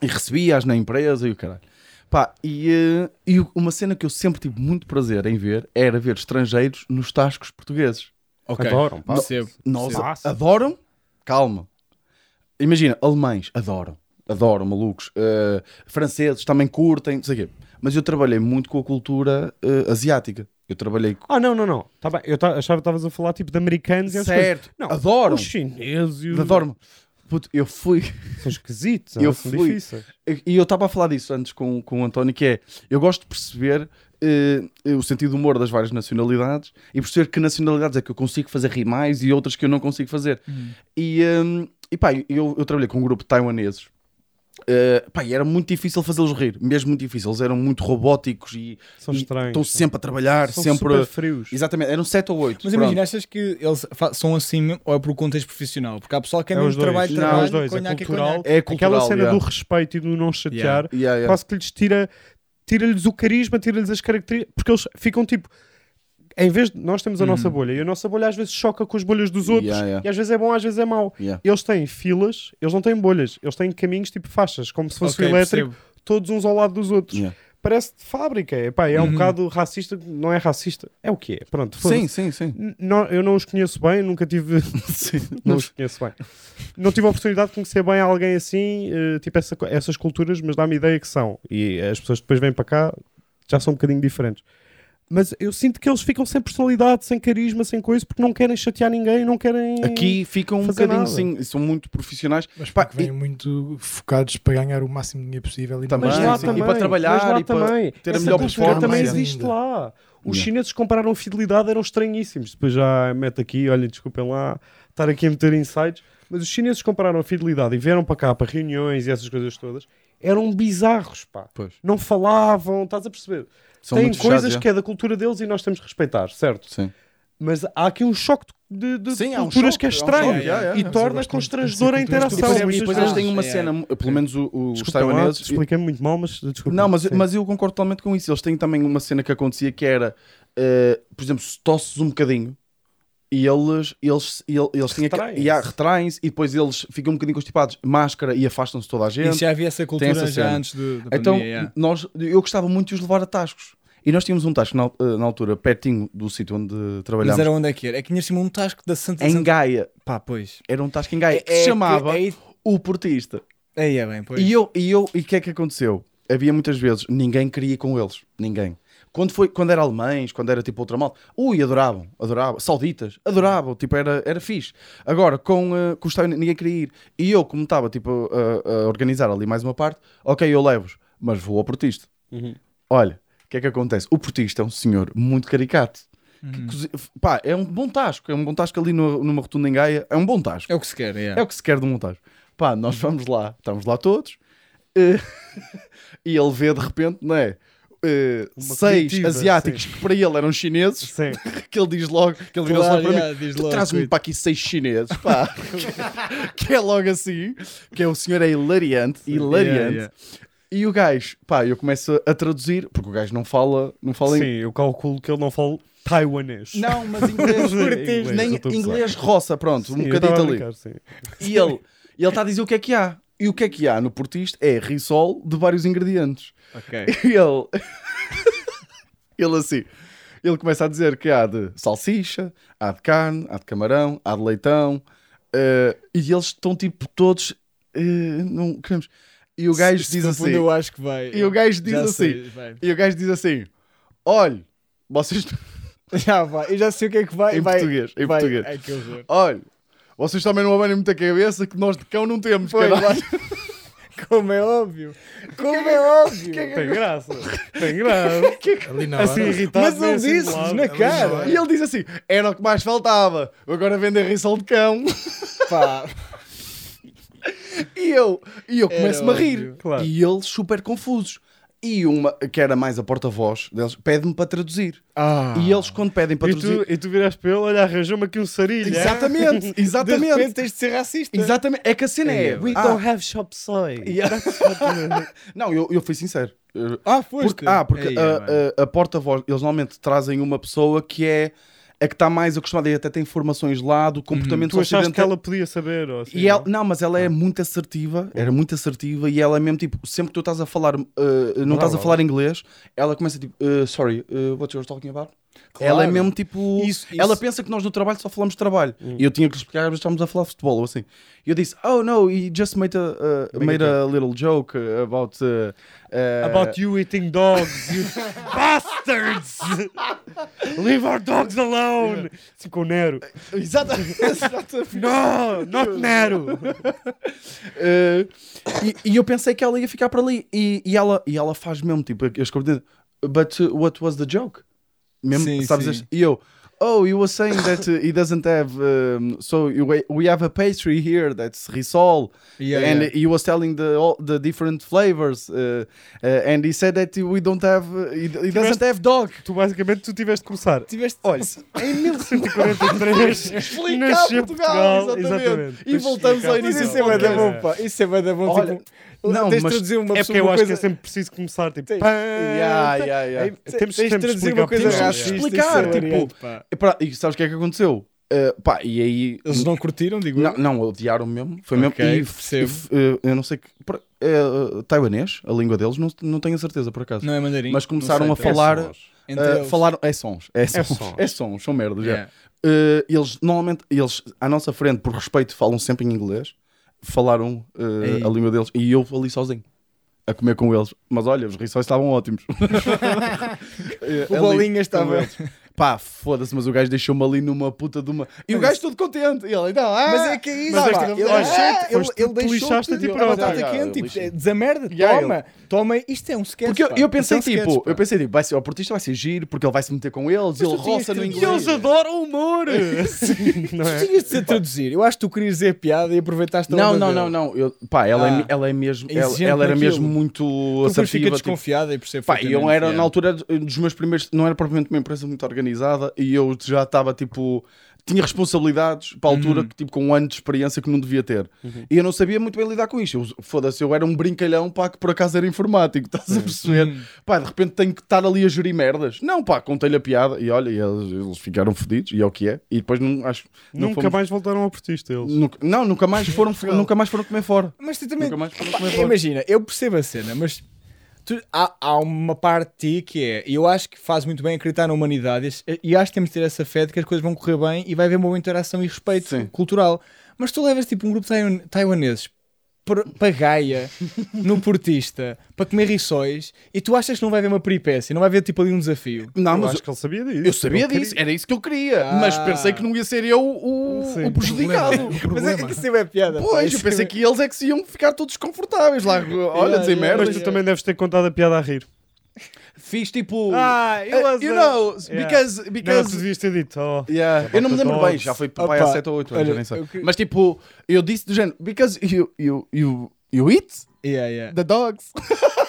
S1: e recebia-as na empresa e o caralho. Pá, e, eh, e o- uma cena que eu sempre tive muito prazer em ver era ver estrangeiros nos tascos portugueses.
S2: Ok.
S4: Adoram, pá.
S2: Percebo.
S1: Nós
S4: Sim. Nossa.
S1: adoram? Calma. Imagina, alemães adoram, adoram, malucos. Eh, franceses também curtem, não sei o quê. Mas eu trabalhei muito com a cultura eh, asiática. Eu trabalhei com.
S4: Ah, não, não, não. Tá bem. Eu ta- achava que estavas a falar tipo de americanos e essas
S1: Certo,
S4: coisas. Não,
S1: adoram.
S4: Os chineses
S2: Hum.
S4: e os...
S1: Adoram. Puto, eu fui.
S4: São esquisitos.
S1: Eu
S4: ah, são
S1: fui.
S4: difíceis.
S1: E eu estava a falar disso antes com, com o António, que é, eu gosto de perceber eh, o sentido do humor das várias nacionalidades e perceber que nacionalidades é que eu consigo fazer rir mais e outras que eu não consigo fazer. E, hum, e pá, eu, eu trabalhei com um grupo de taiwaneses. Eh, pá, e era muito difícil fazê-los rir, mesmo muito difícil. Eles eram muito robóticos e
S4: São
S1: e
S4: estranhos.
S1: estão sempre a trabalhar,
S4: São
S1: sempre.
S4: super frios.
S1: Exatamente, eram 7 ou 8.
S2: Mas imagina, achas que eles fa- são assim mesmo, ou é por contexto profissional? Porque há pessoal que é,
S4: É
S2: mesmo
S4: os dois.
S2: trabalho,
S1: Não,
S2: trabalho,
S4: os dois, é
S2: conhaque,
S4: cultural.
S2: conhaque.
S1: é cultural,
S4: Aquela cena
S1: yeah.
S4: do respeito e do não chatear,
S1: Yeah, yeah.
S4: quase que lhes tira, tira-lhes o carisma, tira-lhes as características, porque eles ficam tipo. Em vez de nós temos a nossa bolha e a nossa bolha às vezes choca com as bolhas dos outros
S1: Hum. Yeah, yeah.
S4: e às vezes é bom, às vezes é mau.
S1: Yeah.
S4: Eles têm filas, eles não têm bolhas, eles têm caminhos tipo faixas, como se fosse
S2: Ok,
S4: o elétrico,
S2: percebo.
S4: todos uns ao lado dos outros.
S1: Yeah.
S4: Parece de fábrica, Epá, é
S2: Uhum.
S4: um bocado racista, não é racista, é o que é. Pronto, foda-se.
S1: Sim, sim, sim.
S4: N- não- eu não os conheço bem, nunca tive
S1: sim.
S4: não os conheço bem. Não tive a oportunidade de conhecer bem alguém assim, eh, tipo essa co- essas culturas, mas dá-me ideia que são. E as pessoas que depois vêm para cá já são um bocadinho diferentes. Mas eu sinto que eles ficam sem personalidade, sem carisma, sem coisa, porque não querem chatear ninguém, não querem.
S1: Aqui ficam um
S4: Fazer
S1: bocadinho,
S4: nada.
S1: sim, são muito profissionais.
S3: Mas
S1: Pá,
S3: porque
S4: um-
S3: vêm muito focados para ganhar o máximo de dinheiro possível. E
S1: Também,
S4: Mas
S3: não-
S4: lá
S1: sim.
S4: também,
S1: E para trabalhar,
S4: mas lá
S1: e para
S4: também.
S1: ter a
S4: Essa
S1: melhor
S4: cultura também
S3: performance.
S4: existe
S3: Ainda.
S4: lá. Os
S1: Yeah.
S4: chineses que compraram fidelidade eram estranhíssimos. Depois já meto aqui, olhem, desculpem lá estar aqui a meter insights, mas os chineses que compraram fidelidade e vieram para cá para reuniões e essas coisas todas, eram bizarros, pá.
S1: Pois.
S4: Não falavam, estás a perceber?
S1: São
S4: Tem
S1: muito
S4: coisas
S1: fechados,
S4: que é da cultura deles e nós temos que respeitar, certo?
S1: Sim.
S4: Mas há aqui um choque de, de
S1: Sim, há um
S4: culturas
S1: choque,
S4: que é
S1: há um
S4: estranho
S1: choque, yeah, yeah.
S4: e
S1: Mas
S4: torna constrangedora a
S1: E
S4: interação.
S1: depois,
S4: As
S1: e depois
S4: pessoas-
S1: eles têm uma
S2: Ah,
S1: cena, pelo menos o- o- os
S4: Desculpem lá,
S1: taiwaneses.
S4: Expliquei muito mal, mas desculpa.
S1: Não, mas,
S4: Sim.
S1: mas eu concordo totalmente com isso. Eles têm também uma cena que acontecia que era, eh, por exemplo, se tosses um bocadinho e eles, eles, ele- eles, têm aqu-
S4: Retraem-se.
S1: e há- retraem-se e depois eles ficam um bocadinho constipados, máscara e afastam-se toda a gente.
S2: Isso já havia essa cultura
S1: essa
S2: já
S1: cena.
S2: antes de, da
S1: Então,
S2: pandemia. yeah.
S1: nós, eu gostava muito de os levar a tascos. E nós tínhamos um tasco na, al- eh, na altura, pertinho do sítio onde
S2: Mas
S1: trabalhámos,
S2: era onde é que era? É que tinha um tasco da Santa
S1: em
S2: Santa-
S1: Gaia.
S2: Pá, pois.
S1: Era um tasco em
S2: É,
S1: Gaia que se chamava
S2: Aí
S1: o Portista.
S2: aí é bem, pois.
S1: E eu, e eu, e o que é que aconteceu? Havia muitas vezes, ninguém queria ir com eles, ninguém. Quando, foi, quando era alemães, quando era tipo outra malta, ui, adoravam, adoravam, sauditas, adoravam, tipo, era, era fixe. Agora, com, eh, com os Estados Unidos, ninguém queria ir. E eu, como estava, tipo, a, a organizar ali mais uma parte, ok, eu levo-os,
S2: Uhum.
S1: mas vou ao portista. Olha, o que é que acontece? O portista é um senhor muito caricato.
S2: Uhum.
S1: Cozi- Pá, é um bom tasco. É um bom tasco ali no- numa rotunda em Gaia. É um bom tasco.
S2: É o que se quer, é.
S1: É o que se quer de um montagem. Pá, nós
S4: Uhum.
S1: vamos lá, estamos lá todos, eh, e ele vê de repente, não é? eh,
S4: Uma
S1: seis
S4: comitiva,
S1: asiáticos que para ele eram chineses,
S4: Sim.
S1: que ele diz logo, que ele vira-se
S2: Claro,
S1: logo para
S2: yeah,
S1: mim,
S2: diz
S1: "Tu
S2: logo,
S1: traz-me
S2: coitado."
S1: para aqui seis chineses, pá, que é logo assim, que é o senhor é hilariante, hilariante,
S2: Yeah, yeah.
S1: e o gajo, pá, eu começo a traduzir, porque o gajo não fala, não fala
S4: Sim,
S1: em...
S4: eu calculo que ele não fala taiwanês.
S1: Não, mas inglês,
S4: Português,
S1: nem
S4: eu estou a gozar.
S1: inglês roça, pronto,
S4: Sim,
S1: um
S4: eu estava
S1: bocadito
S4: a
S1: ali.
S4: brincar, sim.
S1: E ele e ele está a dizer o que é que há. E o que é que há no Portista é risol de vários ingredientes.
S2: Ok.
S1: E ele. ele assim. Ele começa a dizer que há de salsicha, há de carne, há de camarão, há de leitão. eh, e eles estão tipo todos. eh, não queremos. E o gajo
S2: Se- se
S1: diz assim.
S2: confundeu, Eu acho que vai.
S1: E o gajo diz
S2: Já
S1: assim.
S2: sei, vai.
S1: E o gajo diz assim: olhe, vocês.
S2: Já vai. Eu já sei o que é que vai.
S1: em
S2: vai,
S1: português, em
S2: vai.
S1: português.
S2: Ai, que horror.
S1: Olhe, vocês também não abanem muita cabeça que nós de cão não temos,
S2: Pois,
S1: caralho.
S2: vai. Como é óbvio. Como é óbvio.
S4: Tem graça. Tem graça.
S3: Ali na
S4: Assim é
S3: hora.
S4: irritado.
S2: Mas ele
S4: meio
S2: disse
S4: acentuado.
S2: na cara.
S1: né, E ele diz assim: era o que mais faltava, agora vender risol de cão.
S2: Pá.
S1: E eu, e eu
S2: Era
S1: começo-me a rir.
S2: óbvio.
S4: Claro.
S1: E eles super confusos. E uma, que era mais a porta-voz deles, pede-me para traduzir.
S2: Ah.
S1: E eles, quando pedem para
S4: E
S1: traduzir.
S4: tu, e tu viraste para ele, olha, arranjou-me aqui um sarilho. é?
S1: Exatamente,
S2: De repente
S1: exatamente.
S2: tens de ser racista.
S1: Exatamente, é que a cena é.
S2: We
S1: ah,
S4: have shop soy.
S1: Não, eu, eu fui sincero. Eu-
S2: Ah, foste.
S1: Porque, ah, porque
S2: Ei,
S4: é,
S1: a,
S2: mano.
S1: a- a porta-voz, eles normalmente trazem uma pessoa que é a que está mais acostumada e até tem informações lá do comportamento
S4: Hum, Tu achaste que
S1: ocidental.
S4: ela podia saber? Ou assim,
S1: E ela,
S4: não?
S1: não, mas ela é muito assertiva, era muito assertiva e ela é mesmo tipo, sempre que tu estás a falar, uh, não estás a
S4: não.
S1: falar inglês, ela começa tipo, uh, sorry, uh, what you're talking about?
S2: Claro.
S1: Ela é mesmo tipo,
S2: Isso, isso.
S1: ela pensa que nós no trabalho só falamos de trabalho. E eu tinha que explicar, mas estávamos a falar de futebol ou assim. E eu disse, oh no, he just made a, uh, made a little joke about. uh, uh,
S4: About you eating dogs, you bastards! Leave our dogs alone! Assim com o Nero.
S1: Exata- exatamente.
S4: No, not Nero!
S1: Uh, e, e eu pensei que ela ia ficar para ali. E, e ela, e ela faz mesmo, tipo, as competências. But uh, what was the joke? Mesmo,
S2: Sim,
S1: sabes?
S2: sim.
S1: este- E eu, oh, you were saying that uh, he doesn't have. um, so you, wa- we have a pastry here that's risol.
S2: Yeah,
S1: and
S2: yeah.
S1: he was telling the, all the different flavors. uh, uh, and he said that we don't have. Uh, he, he doesn't have dog.
S4: Tu basicamente tu tiveste de começar.
S2: Tiveste.
S1: Olha,
S4: Em 1143
S1: explicar
S4: nasceu
S1: Portugal,
S4: Portugal.
S1: exatamente.
S4: Exatamente.
S1: E voltamos ao
S2: Mas
S1: início
S2: isso
S1: do
S2: é bué da
S1: podcast.
S2: bom, pá. Isso é bué da bom.
S1: Olha,
S2: Tipo,
S1: não,
S2: tens de
S1: mas-
S2: traduzir uma
S4: É
S2: pessoa
S4: porque eu
S2: uma
S4: acho que
S2: coisa-
S4: é sempre preciso começar. Tipo,
S2: Tem.
S4: pá,
S2: Eh,
S1: Yeah,
S2: tá.
S1: yeah, yeah.
S4: Aí, temos,
S2: tens de
S4: temos
S2: traduzir uma coisa
S4: explicar.
S2: racista. isso é
S1: Explicar, tipo,
S2: hilariante, pá.
S1: E, pá, e sabes o que é que aconteceu? Uh, pá, e aí.
S2: Eles não curtiram, digo
S1: Não,
S2: eu.
S1: não, odiaram mesmo. Foi
S2: Hum? Ok,
S1: mesmo. E,
S2: percebo.
S1: e f- eh, eu não sei que. por- eh, eh, taiwanês, a língua deles, não, não tenho a certeza por acaso.
S2: Não é mandarim.
S1: Mas começaram
S2: não
S1: a
S2: sei, tá.
S1: falar.
S4: sons.
S1: eh,
S2: Entre eles.
S1: falaram, é sons. É sons. É sons,
S4: sons.
S1: são merda. já.
S2: Yeah.
S1: Eh, eles normalmente, eles à nossa frente, por respeito, falam sempre em inglês. Falaram eh,
S2: Ei.
S1: a língua deles. E eu ali sozinho. A comer com eles. Mas olha, os rissóis estavam ótimos. Eh,
S2: O
S1: ali-
S2: Bolinha estava.
S1: com eles. Pá, foda-se, mas o gajo deixou-me ali numa puta de uma. E o gajo todo contente. E ele, então, ah,
S2: Mas é que é isso,
S4: Mas
S2: pá.
S4: esta-
S2: Ele,
S4: olha,
S2: ah,
S4: foste-
S2: ele,
S4: foste-
S2: ele
S4: tu
S2: deixou
S4: lixaste a ti
S2: tipo,
S4: próprio.
S2: batata
S1: Yeah, yeah,
S2: quente,
S1: eu
S2: tipo,
S1: lixei.
S2: desamerda,
S1: Yeah,
S2: toma, toma, isto é um sketch,
S1: Porque eu,
S2: pá.
S1: eu
S2: Isto é
S1: pensei,
S2: um sketch,
S1: tipo,
S2: pá.
S1: eu pensei, tipo, vai ser, o portista vai ser giro porque ele vai se meter com eles, ele
S2: tu tinhas
S1: roça no
S2: que-
S4: E eles
S1: inglês.
S4: adoram humor! Não
S2: Tu
S4: é?
S2: tinhas de ser traduzir, eu acho que tu querias dizer piada e aproveitaste a
S1: Não,
S2: onda
S1: não,
S2: dele.
S1: não, não. Eu, pá, ela, é,
S2: Ah.
S1: mi- ela é mesmo,
S2: É
S1: ela,
S2: exigente
S1: ela era
S2: naquilo.
S1: mesmo muito
S2: Tu depois fica
S1: assertiva. tipo,
S2: desconfiada e percebe
S1: Pá, eu
S2: perfeitamente,
S1: era
S2: yeah.
S1: na altura dos meus primeiros, não era propriamente uma empresa muito organizada e eu já estava tipo, tinha responsabilidades para a altura, que, tipo, com um ano de experiência que não devia ter. E eu não sabia muito bem lidar com isto. Eu, Foda-se, eu era um brincalhão, pá, que por acaso era informático, estás a perceber? Pá, de repente tenho que estar ali a gerir merdas. Não, pá, contei-lhe a piada e olha, e eles, eles ficaram fodidos e é o que é. E depois não acho. não
S4: Nunca
S1: fomos-
S4: mais voltaram ao portista eles.
S1: nunca- não, nunca mais foram, nunca mais foram comer fora. é
S2: Mas tu também,
S1: Nunca mais foram
S2: pá,
S1: comer fora.
S2: imagina, eu percebo a cena, mas tu- há, há uma parte de ti que é, e eu acho que faz muito bem acreditar na humanidade e- e acho que temos de ter essa fé de que as coisas vão correr bem e vai haver uma boa interação e respeito
S1: Sim.
S2: cultural. Mas tu levas tipo um grupo de taiwan- taiwaneses para para Gaia, no Portista, para comer rissóis e tu achas que não vai haver uma peripécia, não vai haver tipo ali um desafio.
S1: Não,
S4: eu
S1: mas
S4: acho que ele sabia disso.
S1: Eu sabia
S4: Ele
S1: disso,
S4: queria.
S1: era isso que eu queria,
S2: Ah.
S1: mas pensei que não ia ser eu o,
S4: Sim.
S1: o prejudicado.
S3: O
S2: Mas é
S3: problema.
S2: que isso é piada. pá,
S1: Pois,
S2: isso
S1: eu pensei
S2: é-
S1: que eles é que se iam ficar todos desconfortáveis lá, olha,
S2: Yeah,
S1: dizer
S2: yeah,
S1: merdas.
S4: Mas tu também deves ter contado a piada a rir.
S1: Fiz tipo.
S4: Ah, it
S1: eh,
S2: é-
S4: was
S1: you
S4: a-
S1: know,
S4: Yeah.
S1: because.
S4: Não, tu
S1: because
S4: devias ter dito. Oh.
S1: Yeah, Eu não me lembro
S4: Dogs.
S1: bem, já foi papai há
S2: Opa,
S1: 7 ou 8 anos,
S2: olha,
S1: eu nem sei.
S2: eu que-
S1: Mas tipo, eu disse do género, because you, you, you, you eat
S2: Yeah, yeah.
S1: the dogs.
S2: Ah.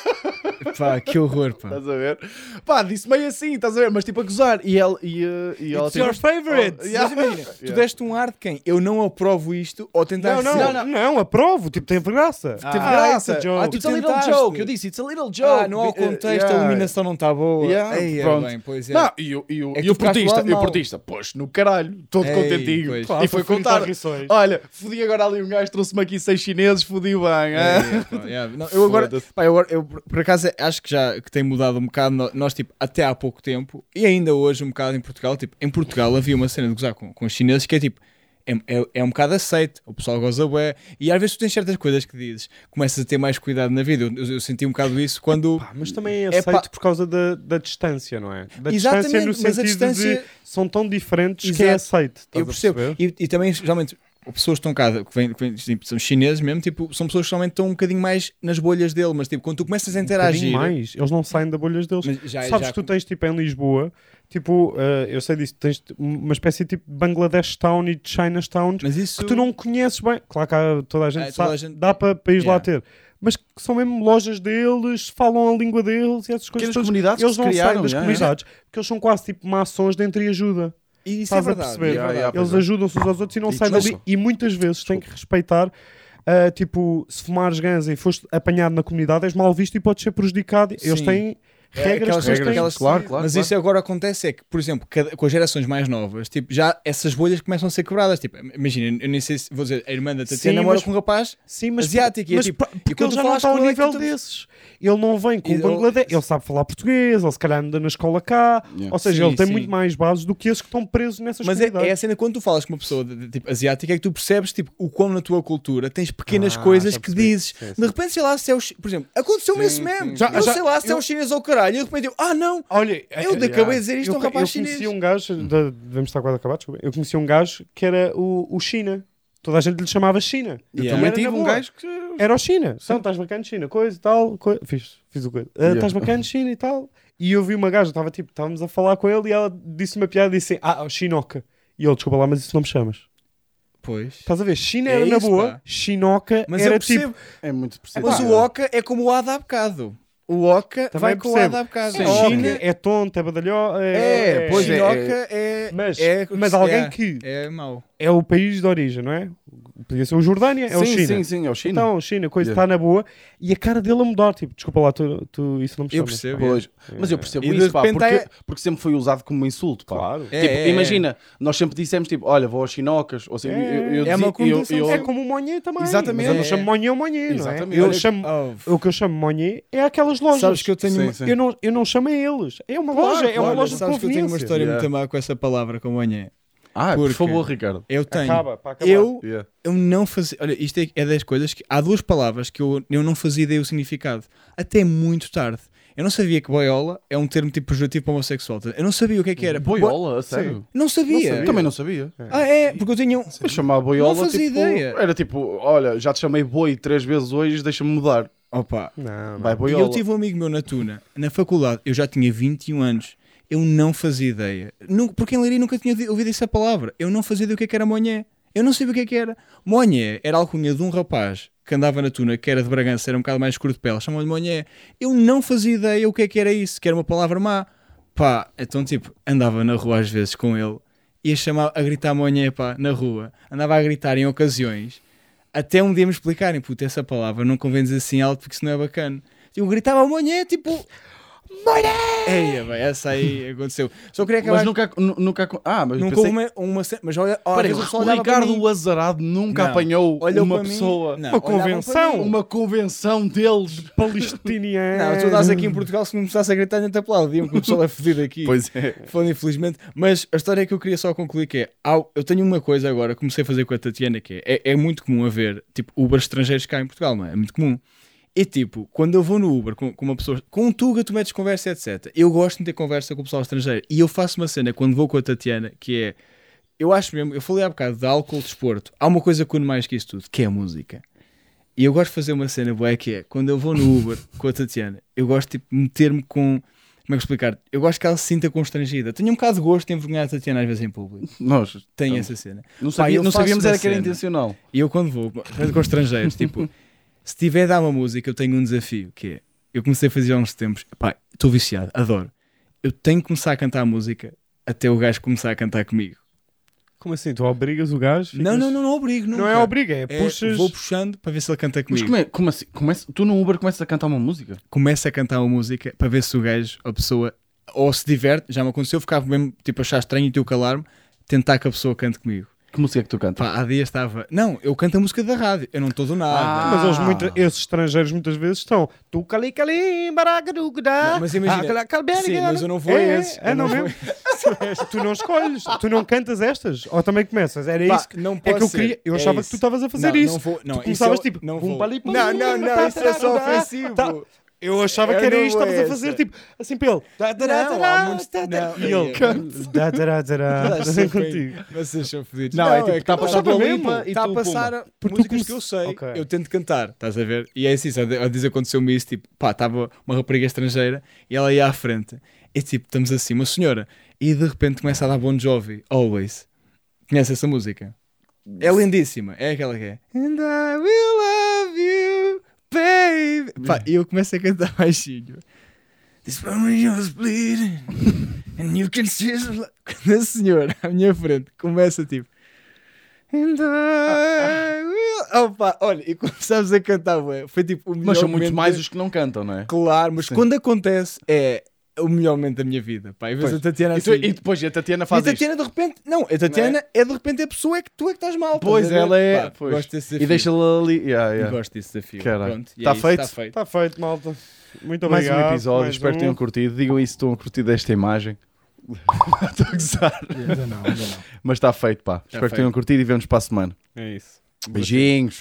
S2: Pá, que horror, pá.
S1: Estás a ver? Pá, disse meio assim, estás a ver? Mas tipo a gozar. E ela. E, eh, e ela
S2: It's your favorite!
S1: Oh, yeah.
S2: Mas imagina, tu
S1: Yeah.
S2: deste um ar de quem? Eu não aprovo isto ou tentar
S4: Não, não, não, não, aprovo. Tipo, teve graça.
S2: Ah.
S4: teve
S1: Ah,
S4: graça,
S2: essa-
S4: Joe.
S2: ah, tu
S1: It's a little
S2: tentaste.
S1: joke, eu disse, it's a little joke.
S2: Ah, não há o
S1: Eh, eh,
S2: contexto, a
S1: yeah.
S2: iluminação não está boa.
S1: Yeah,
S2: Ei, é
S1: pronto.
S2: bem, pois é.
S1: Não, e, o- e, o-
S2: É que
S1: e o
S2: tu ficaste
S1: portista,
S2: do
S1: e
S2: lado
S1: o
S2: mal.
S1: portista, pois no caralho, todo
S2: Ei,
S1: contentinho.
S2: pois.
S1: e foi contar. Olha, fodi agora ali um gajo, trouxe-me aqui seis chineses, fodi bem. ah.
S2: É, é, pá, yeah. Não, eu agora,
S1: Foda-se.
S2: pá, eu agora- eu, por acaso acho que já que tem mudado um bocado. no- Nós, tipo, até há pouco tempo e ainda hoje, um bocado em Portugal, tipo, em Portugal havia uma cena de gozar com, com os chineses que é tipo. É, é, é um bocado aceito, o pessoal goza bué e às vezes tu tens certas coisas que dizes, começas a ter mais cuidado na vida. Eu, eu- eu senti um bocado isso quando.
S4: Mas também é
S2: É
S4: aceito
S2: pá.
S4: por causa da, da distância, não é? Da
S2: Exatamente,
S4: distância no
S2: mas a
S4: sentido
S2: distância-
S4: de são tão diferentes que é
S2: Exato.
S4: aceito. Estás
S2: eu
S4: a
S2: percebo.
S4: perceber?
S2: E, e também, geralmente, pessoas que estão cá, que, vêm, que vêm, tipo, são chineses mesmo, tipo, são pessoas que geralmente estão um bocadinho mais nas bolhas dele, mas tipo, quando tu começas a interagir.
S4: Um bocadinho mais. Eles não saem da bolhas deles.
S2: Mas já-
S4: Sabes
S2: já-
S4: que tu tens tipo em Lisboa, tipo, eh, eu sei disso, tens t- uma espécie tipo Bangladesh Town e Chinatown
S2: mas isso.
S4: que tu não conheces bem. Claro que há- toda a gente
S2: É, toda
S4: sabe,
S2: a gente-
S4: dá para país lá
S2: Yeah.
S4: ter. Mas que são mesmo lojas deles, falam a língua deles e essas coisas.
S1: Aquelas
S4: todas.
S1: comunidades que
S4: eles
S1: se
S4: não
S1: criaram,
S4: saem das
S2: é?
S1: yeah,
S4: comunidades, porque eles são quase tipo maçons de entreajuda.
S2: E isso é
S4: Estás a
S2: verdade.
S4: perceber?
S2: é
S1: Yeah,
S2: verdade.
S1: yeah, pois
S4: Eles
S1: é.
S4: ajudam-se uns aos outros e não
S1: E
S4: saem dali.
S1: desculpa.
S4: E muitas vezes têm que respeitar. ah, tipo, se fumares ganza e foste apanhado na comunidade, és mal visto e podes ser prejudicado. Eles
S2: Sim. É,
S4: têm regras
S2: aquelas
S4: que eles
S2: regras,
S4: têm.
S2: aquelas-
S1: claro, claro.
S2: Mas
S1: claro.
S2: isso agora acontece é que, por exemplo, cada- com as gerações mais novas, tipo, já essas bolhas começam a ser quebradas. Tipo, imagina, eu nem sei se vou dizer, a irmã da
S4: Sim,
S2: Tatiana namora
S4: mas-
S2: com um rapaz.
S4: Sim, mas,
S2: Asiático, e é
S4: mas
S2: tipo,
S4: pra-
S2: e
S4: porque
S2: quando
S4: ele já
S2: tu
S4: não
S2: falas
S4: está ao
S2: com ele é que
S4: nível
S2: tu-
S4: desses. Ele não vem com
S2: E
S4: o
S2: ele-
S4: Bangladesh, ele sabe falar português, ele se calhar anda na escola cá,
S1: Yeah.
S4: ou seja,
S2: Sim,
S4: ele tem
S2: sim.
S4: muito mais bases do que esses que estão presos nessas
S2: Mas é,
S4: comunidades.
S2: é a cena quando tu falas com uma pessoa de- de tipo, asiática é que tu percebes tipo, o quão na tua cultura tens pequenas
S4: Ah,
S2: coisas
S4: já
S2: que
S4: percebi.
S2: dizes.
S4: Sim, sim.
S2: De repente, sei lá, se é os. Por exemplo, aconteceu-me
S1: Sim,
S2: isso mesmo.
S1: sim,
S2: Já,
S1: sim.
S2: eu
S4: Já-
S2: sei lá se é
S4: eu-
S2: os chineses ou o caralho. E de repente eu, ah não,
S4: Olha, eh,
S2: eu de- acabei de dizer isto a
S4: eu,
S2: um rapaz
S4: eu
S2: chinês.
S4: conheci um gajo, da- devemos estar quase a acabar, desculpa. Eu conheci um gajo que era o, o China. Toda a gente lhe chamava China.
S1: Eu
S2: Yeah.
S1: também
S4: Era
S1: tive
S4: na
S1: um
S4: boa.
S1: gajo que.
S4: Era o China. Então, estás bacana, China, coisa e tal. coi- Fiz, fiz o coisa. Ah,
S1: Yeah.
S4: Estás bacana, China e tal. E eu vi uma gaja, estava tipo, estávamos a falar com ele e ela disse uma piada e disse ah, o Chinoca. E ele, desculpa lá, mas isso não me chamas.
S2: Pois.
S4: Estás a ver? China
S2: É
S4: era na
S2: isso,
S4: boa,
S2: pá.
S4: Chinoca
S2: Mas
S4: era
S2: eu percebo.
S4: tipo.
S1: É muito possível.
S2: Mas o Oca é como o Ada há bocado. O Oca
S4: Também
S2: vai com o
S4: percebo.
S2: Ada há bocado.
S1: Sim.
S2: A
S1: Oca.
S4: China é tonto, é badalhó. É,
S1: É, pois é.
S2: Chinoca é.
S4: Mas,
S2: é-
S4: mas alguém
S2: é,
S4: que
S2: É mau.
S4: é o país de origem, não é? Podia ser o Jordânia, é
S1: Sim,
S4: o China.
S1: sim, sim, é o China.
S4: Então, China, coisa
S1: Yeah.
S4: está na boa. E a cara dele a mudar, tipo, desculpa lá, tu, tu- isso não me
S2: Eu
S4: chamas.
S2: percebo.
S1: Pois. Mas eu percebo
S2: E de
S1: isso, pá,
S2: repente
S1: porque,
S2: é-
S1: porque sempre foi usado como insulto, pá.
S4: Claro.
S2: É,
S1: Tipo,
S2: é, é.
S1: imagina, nós sempre dissemos tipo, olha, vou aos chinocas, ou assim,
S4: É,
S1: eu, eu,
S4: é
S1: dizia-
S2: uma
S1: eu-
S2: condição,
S1: eu-
S4: É como o Monnier também.
S1: Exatamente.
S4: Mas eu não
S2: É.
S4: chamo Monnier é o Monnier, não é?
S1: Exatamente.
S4: Eu
S1: Olha,
S4: chamo...
S2: Oh, f-
S4: O que eu chamo Monnier é aquelas lojas.
S2: sabes que eu tenho
S1: Sim,
S2: uma.
S1: sim.
S4: Eu não, eu não chamo a eles. É uma
S1: Claro,
S4: loja, é uma
S1: claro.
S4: loja de
S2: sabes que eu tenho uma
S4: conveniência.
S2: história
S1: Yeah.
S2: muito má com essa palavra, com o Anhé.
S1: Ah, por
S2: Porque-
S1: favor, Ricardo.
S2: Eu tenho.
S4: Acaba, pá, acaba.
S2: Eu,
S1: Yeah.
S2: eu não fazia. Olha, isto é, é das coisas que. Há duas palavras que eu, eu não fazia ideia o significado. Até muito tarde. Eu não sabia que boiola é um termo tipo pejorativo para homossexual. Eu não sabia o que é que era. Boi-
S1: Boiola, a sério?
S2: Não
S1: Não
S2: sabia.
S1: sabia. Também não sabia.
S2: Ah, é? Porque eu tinha um.
S1: Eu chamava boiola,
S2: Não fazia
S1: tipo,
S2: ideia.
S1: era tipo, olha, já te chamei boi três vezes hoje, deixa-me mudar.
S2: Opa.
S4: Não, não.
S1: Vai
S2: E
S1: boiola.
S2: eu tive um amigo meu na Tuna, na faculdade, eu já tinha 21 anos, eu não fazia ideia. Nunca- porque em Leiria nunca tinha ouvi- ouvido essa palavra. Eu não fazia ideia do que, é que era monhé. Eu não sabia o que, é que era. Monhé era a alcunha de um rapaz que andava na Tuna, que era de Bragança, era um bocado mais escuro de pele, chamam-lhe monhé. Eu não fazia ideia o que é que era isso, que era uma palavra má. Pá, então tipo, andava na rua às vezes com ele e a, chamar, a gritar monhé, pá, na rua. Andava a gritar em ocasiões. Até um dia me explicarem, puta, essa palavra não convém dizer assim alto porque isso não é bacana. Eu gritava monhé, tipo, Eia, bem, essa aí aconteceu. Só queria acabar.
S1: Mas nunca, nu- nunca. Ah, mas eu
S2: nunca
S1: pensei.
S2: houve uma, uma cena- Mas olha, olha,
S1: Peraí,
S2: o pessoal
S1: o
S2: olhava para
S1: Ricardo
S2: mim,
S1: o Azarado nunca
S2: Não.
S1: apanhou
S2: olhou
S1: uma
S2: para mim-
S1: pessoa,
S2: Não,
S4: Uma
S2: olhavam para
S4: convenção.
S2: mim.
S1: uma convenção deles.
S2: Não, tu
S4: Palestiniano.
S2: estás aqui em Portugal, se não começasse a gritar, nem te aplaudiam, que o pessoal é fodido aqui.
S1: Pois é.
S2: Falando infelizmente, mas a história que eu queria só concluir que é, há- eu tenho uma coisa agora, comecei a fazer com a Tatiana, que é, é, é muito comum haver, tipo, Uber estrangeiros cá em Portugal, não é? É muito comum. E tipo, quando eu vou no Uber com, com uma pessoa, com um Tuga tu metes conversa, etc. Eu gosto de ter conversa com o pessoal estrangeiro. E eu faço uma cena quando vou com a Tatiana, que é, eu acho mesmo, eu falei há bocado de álcool, desporto, há uma coisa que une mais que isso tudo, que é a música. E E eu gosto de fazer uma cena boa que é quando eu vou no Uber com a Tatiana, eu gosto tipo, de meter-me com. Como é que explicar? Eu gosto que ela se sinta constrangida. Tenho um bocado de gosto em envergonhar a Tatiana às vezes em público.
S1: Nós
S2: Tenho
S1: Então,
S2: essa cena.
S1: não, sabia-
S2: eu
S1: não
S2: faço
S1: sabíamos
S2: uma
S1: era que era
S2: cena.
S1: intencional.
S2: E eu quando vou com estrangeiros, tipo, se tiver a dar uma música, eu tenho um desafio que é. Eu comecei a fazer há uns tempos, pá, estou viciado, adoro. Eu tenho que começar a cantar a música até o gajo começar a cantar comigo.
S4: Como assim? Tu obrigas o gajo?
S2: Não,
S4: Ficas-
S2: não, não, não obrigo,
S4: Não
S2: nunca.
S4: é obriga, é,
S2: É,
S4: puxas.
S2: Vou puxando para ver se ele canta
S1: Mas
S2: comigo.
S1: como, é, como assim? Começa- tu num Uber começas a cantar uma música?
S2: Começa a cantar uma música para ver se o gajo, a pessoa, ou se diverte, já me aconteceu, ficava mesmo, tipo, achar estranho e teu calar-me, tentar que a pessoa cante comigo.
S1: Que música é que tu cantas?
S2: Pá, há dias estava, não, eu canto a música da rádio, eu não estou do nada.
S4: Mas eles
S1: Ah.
S4: muita- esses estrangeiros muitas vezes estão. Tu cali cali, Ah, baragadugda.
S2: Não, mas imagina- Sim, mas eu não vou a esses,
S4: É,
S2: eu
S4: não,
S2: não vou
S4: mesmo? tu não escolhes, tu não cantas estas. Ou também começas. Era
S2: Pá,
S4: isso que.
S2: não
S4: É
S2: pode
S4: que eu
S2: ser.
S4: queria. Eu
S2: É
S4: achava que
S2: isso.
S4: tu estavas a fazer
S2: não,
S4: isso.
S2: Não, vou, não,
S4: tu
S2: isso
S4: começavas
S2: eu-
S4: tipo.
S2: não,
S4: bum,
S2: vou.
S4: pali, pum,
S2: não, não, não, isso é só
S4: tá,
S2: ofensivo.
S4: tá. Eu achava
S2: Eu
S4: que era
S2: não
S4: isto,
S2: vou
S4: estavas a
S2: essa.
S4: fazer tipo assim para ele. Dá, dá, dá,
S2: Não,
S4: dá,
S2: há muitos-
S4: dá, dá.
S2: não, Tá
S4: E ele
S2: é.
S4: canta. Dá, dá, dá, dá.
S2: Estás
S4: Assim
S2: sempre
S4: contigo.
S2: aí. Vocês são fodidos.
S1: Não, é tipo, tá a
S2: que eu
S1: passar
S2: Dua
S1: Dua
S2: Lipa
S1: Lipa e
S2: tá a
S1: tu,
S2: passar
S4: Porque tu
S2: músicas
S4: come-
S2: que eu sei,
S4: Ok.
S2: eu tento cantar, estás a ver? E é assim, só de- às vezes aconteceu-me isso, tipo, pá, estava uma rapariga estrangeira e ela ia à frente. E tipo, estamos assim, uma senhora, e de repente começa a dar Bon Jovi, Always. Conhece essa música? É lindíssima, é aquela que é And I will love you, baby Pá, e eu começo a cantar baixinho É. This memory was bleeding And you can see us bl-" Quando a senhora à minha frente começa tipo And I will Opa, olha, e começámos a cantar ué. Foi tipo o melhor
S1: Mas são muitos
S2: momento
S1: mais
S2: da-
S1: os que não cantam, não é?
S2: Claro, mas
S1: Sim.
S2: quando acontece é o melhor momento da minha vida pá. E vês a
S1: Pois.
S2: Tatiana
S1: E, tu-
S2: assim
S1: e depois a Tatiana
S2: e a
S1: faz isto.
S2: Tatiana de repente, não, a Tatiana é? de repente a pessoa é que tu é que estás mal. estás
S1: Pois
S2: a ver?
S1: ela é.
S2: Pá,
S1: pois.
S2: Gosto desse
S1: e
S2: desafio.
S1: deixa-la ali. Yeah,
S2: Eu
S1: yeah.
S2: Gosto desse desafio.
S1: Caralho.
S2: Pronto, e
S1: Tá
S2: é isso,
S1: feito?
S2: tá feito.
S4: Está feito, malta. Muito
S1: Mais
S4: obrigado.
S1: um episódio,
S4: mais
S1: espero que
S4: um.
S1: tenham curtido. Digam isso se estão a curtir desta imagem. Estou a gozar.
S3: Ainda não, ainda não.
S1: Mas está feito, pá. espero que
S2: feito.
S1: tenham curtido e vemos para a semana.
S4: É isso.
S1: Beijinhos.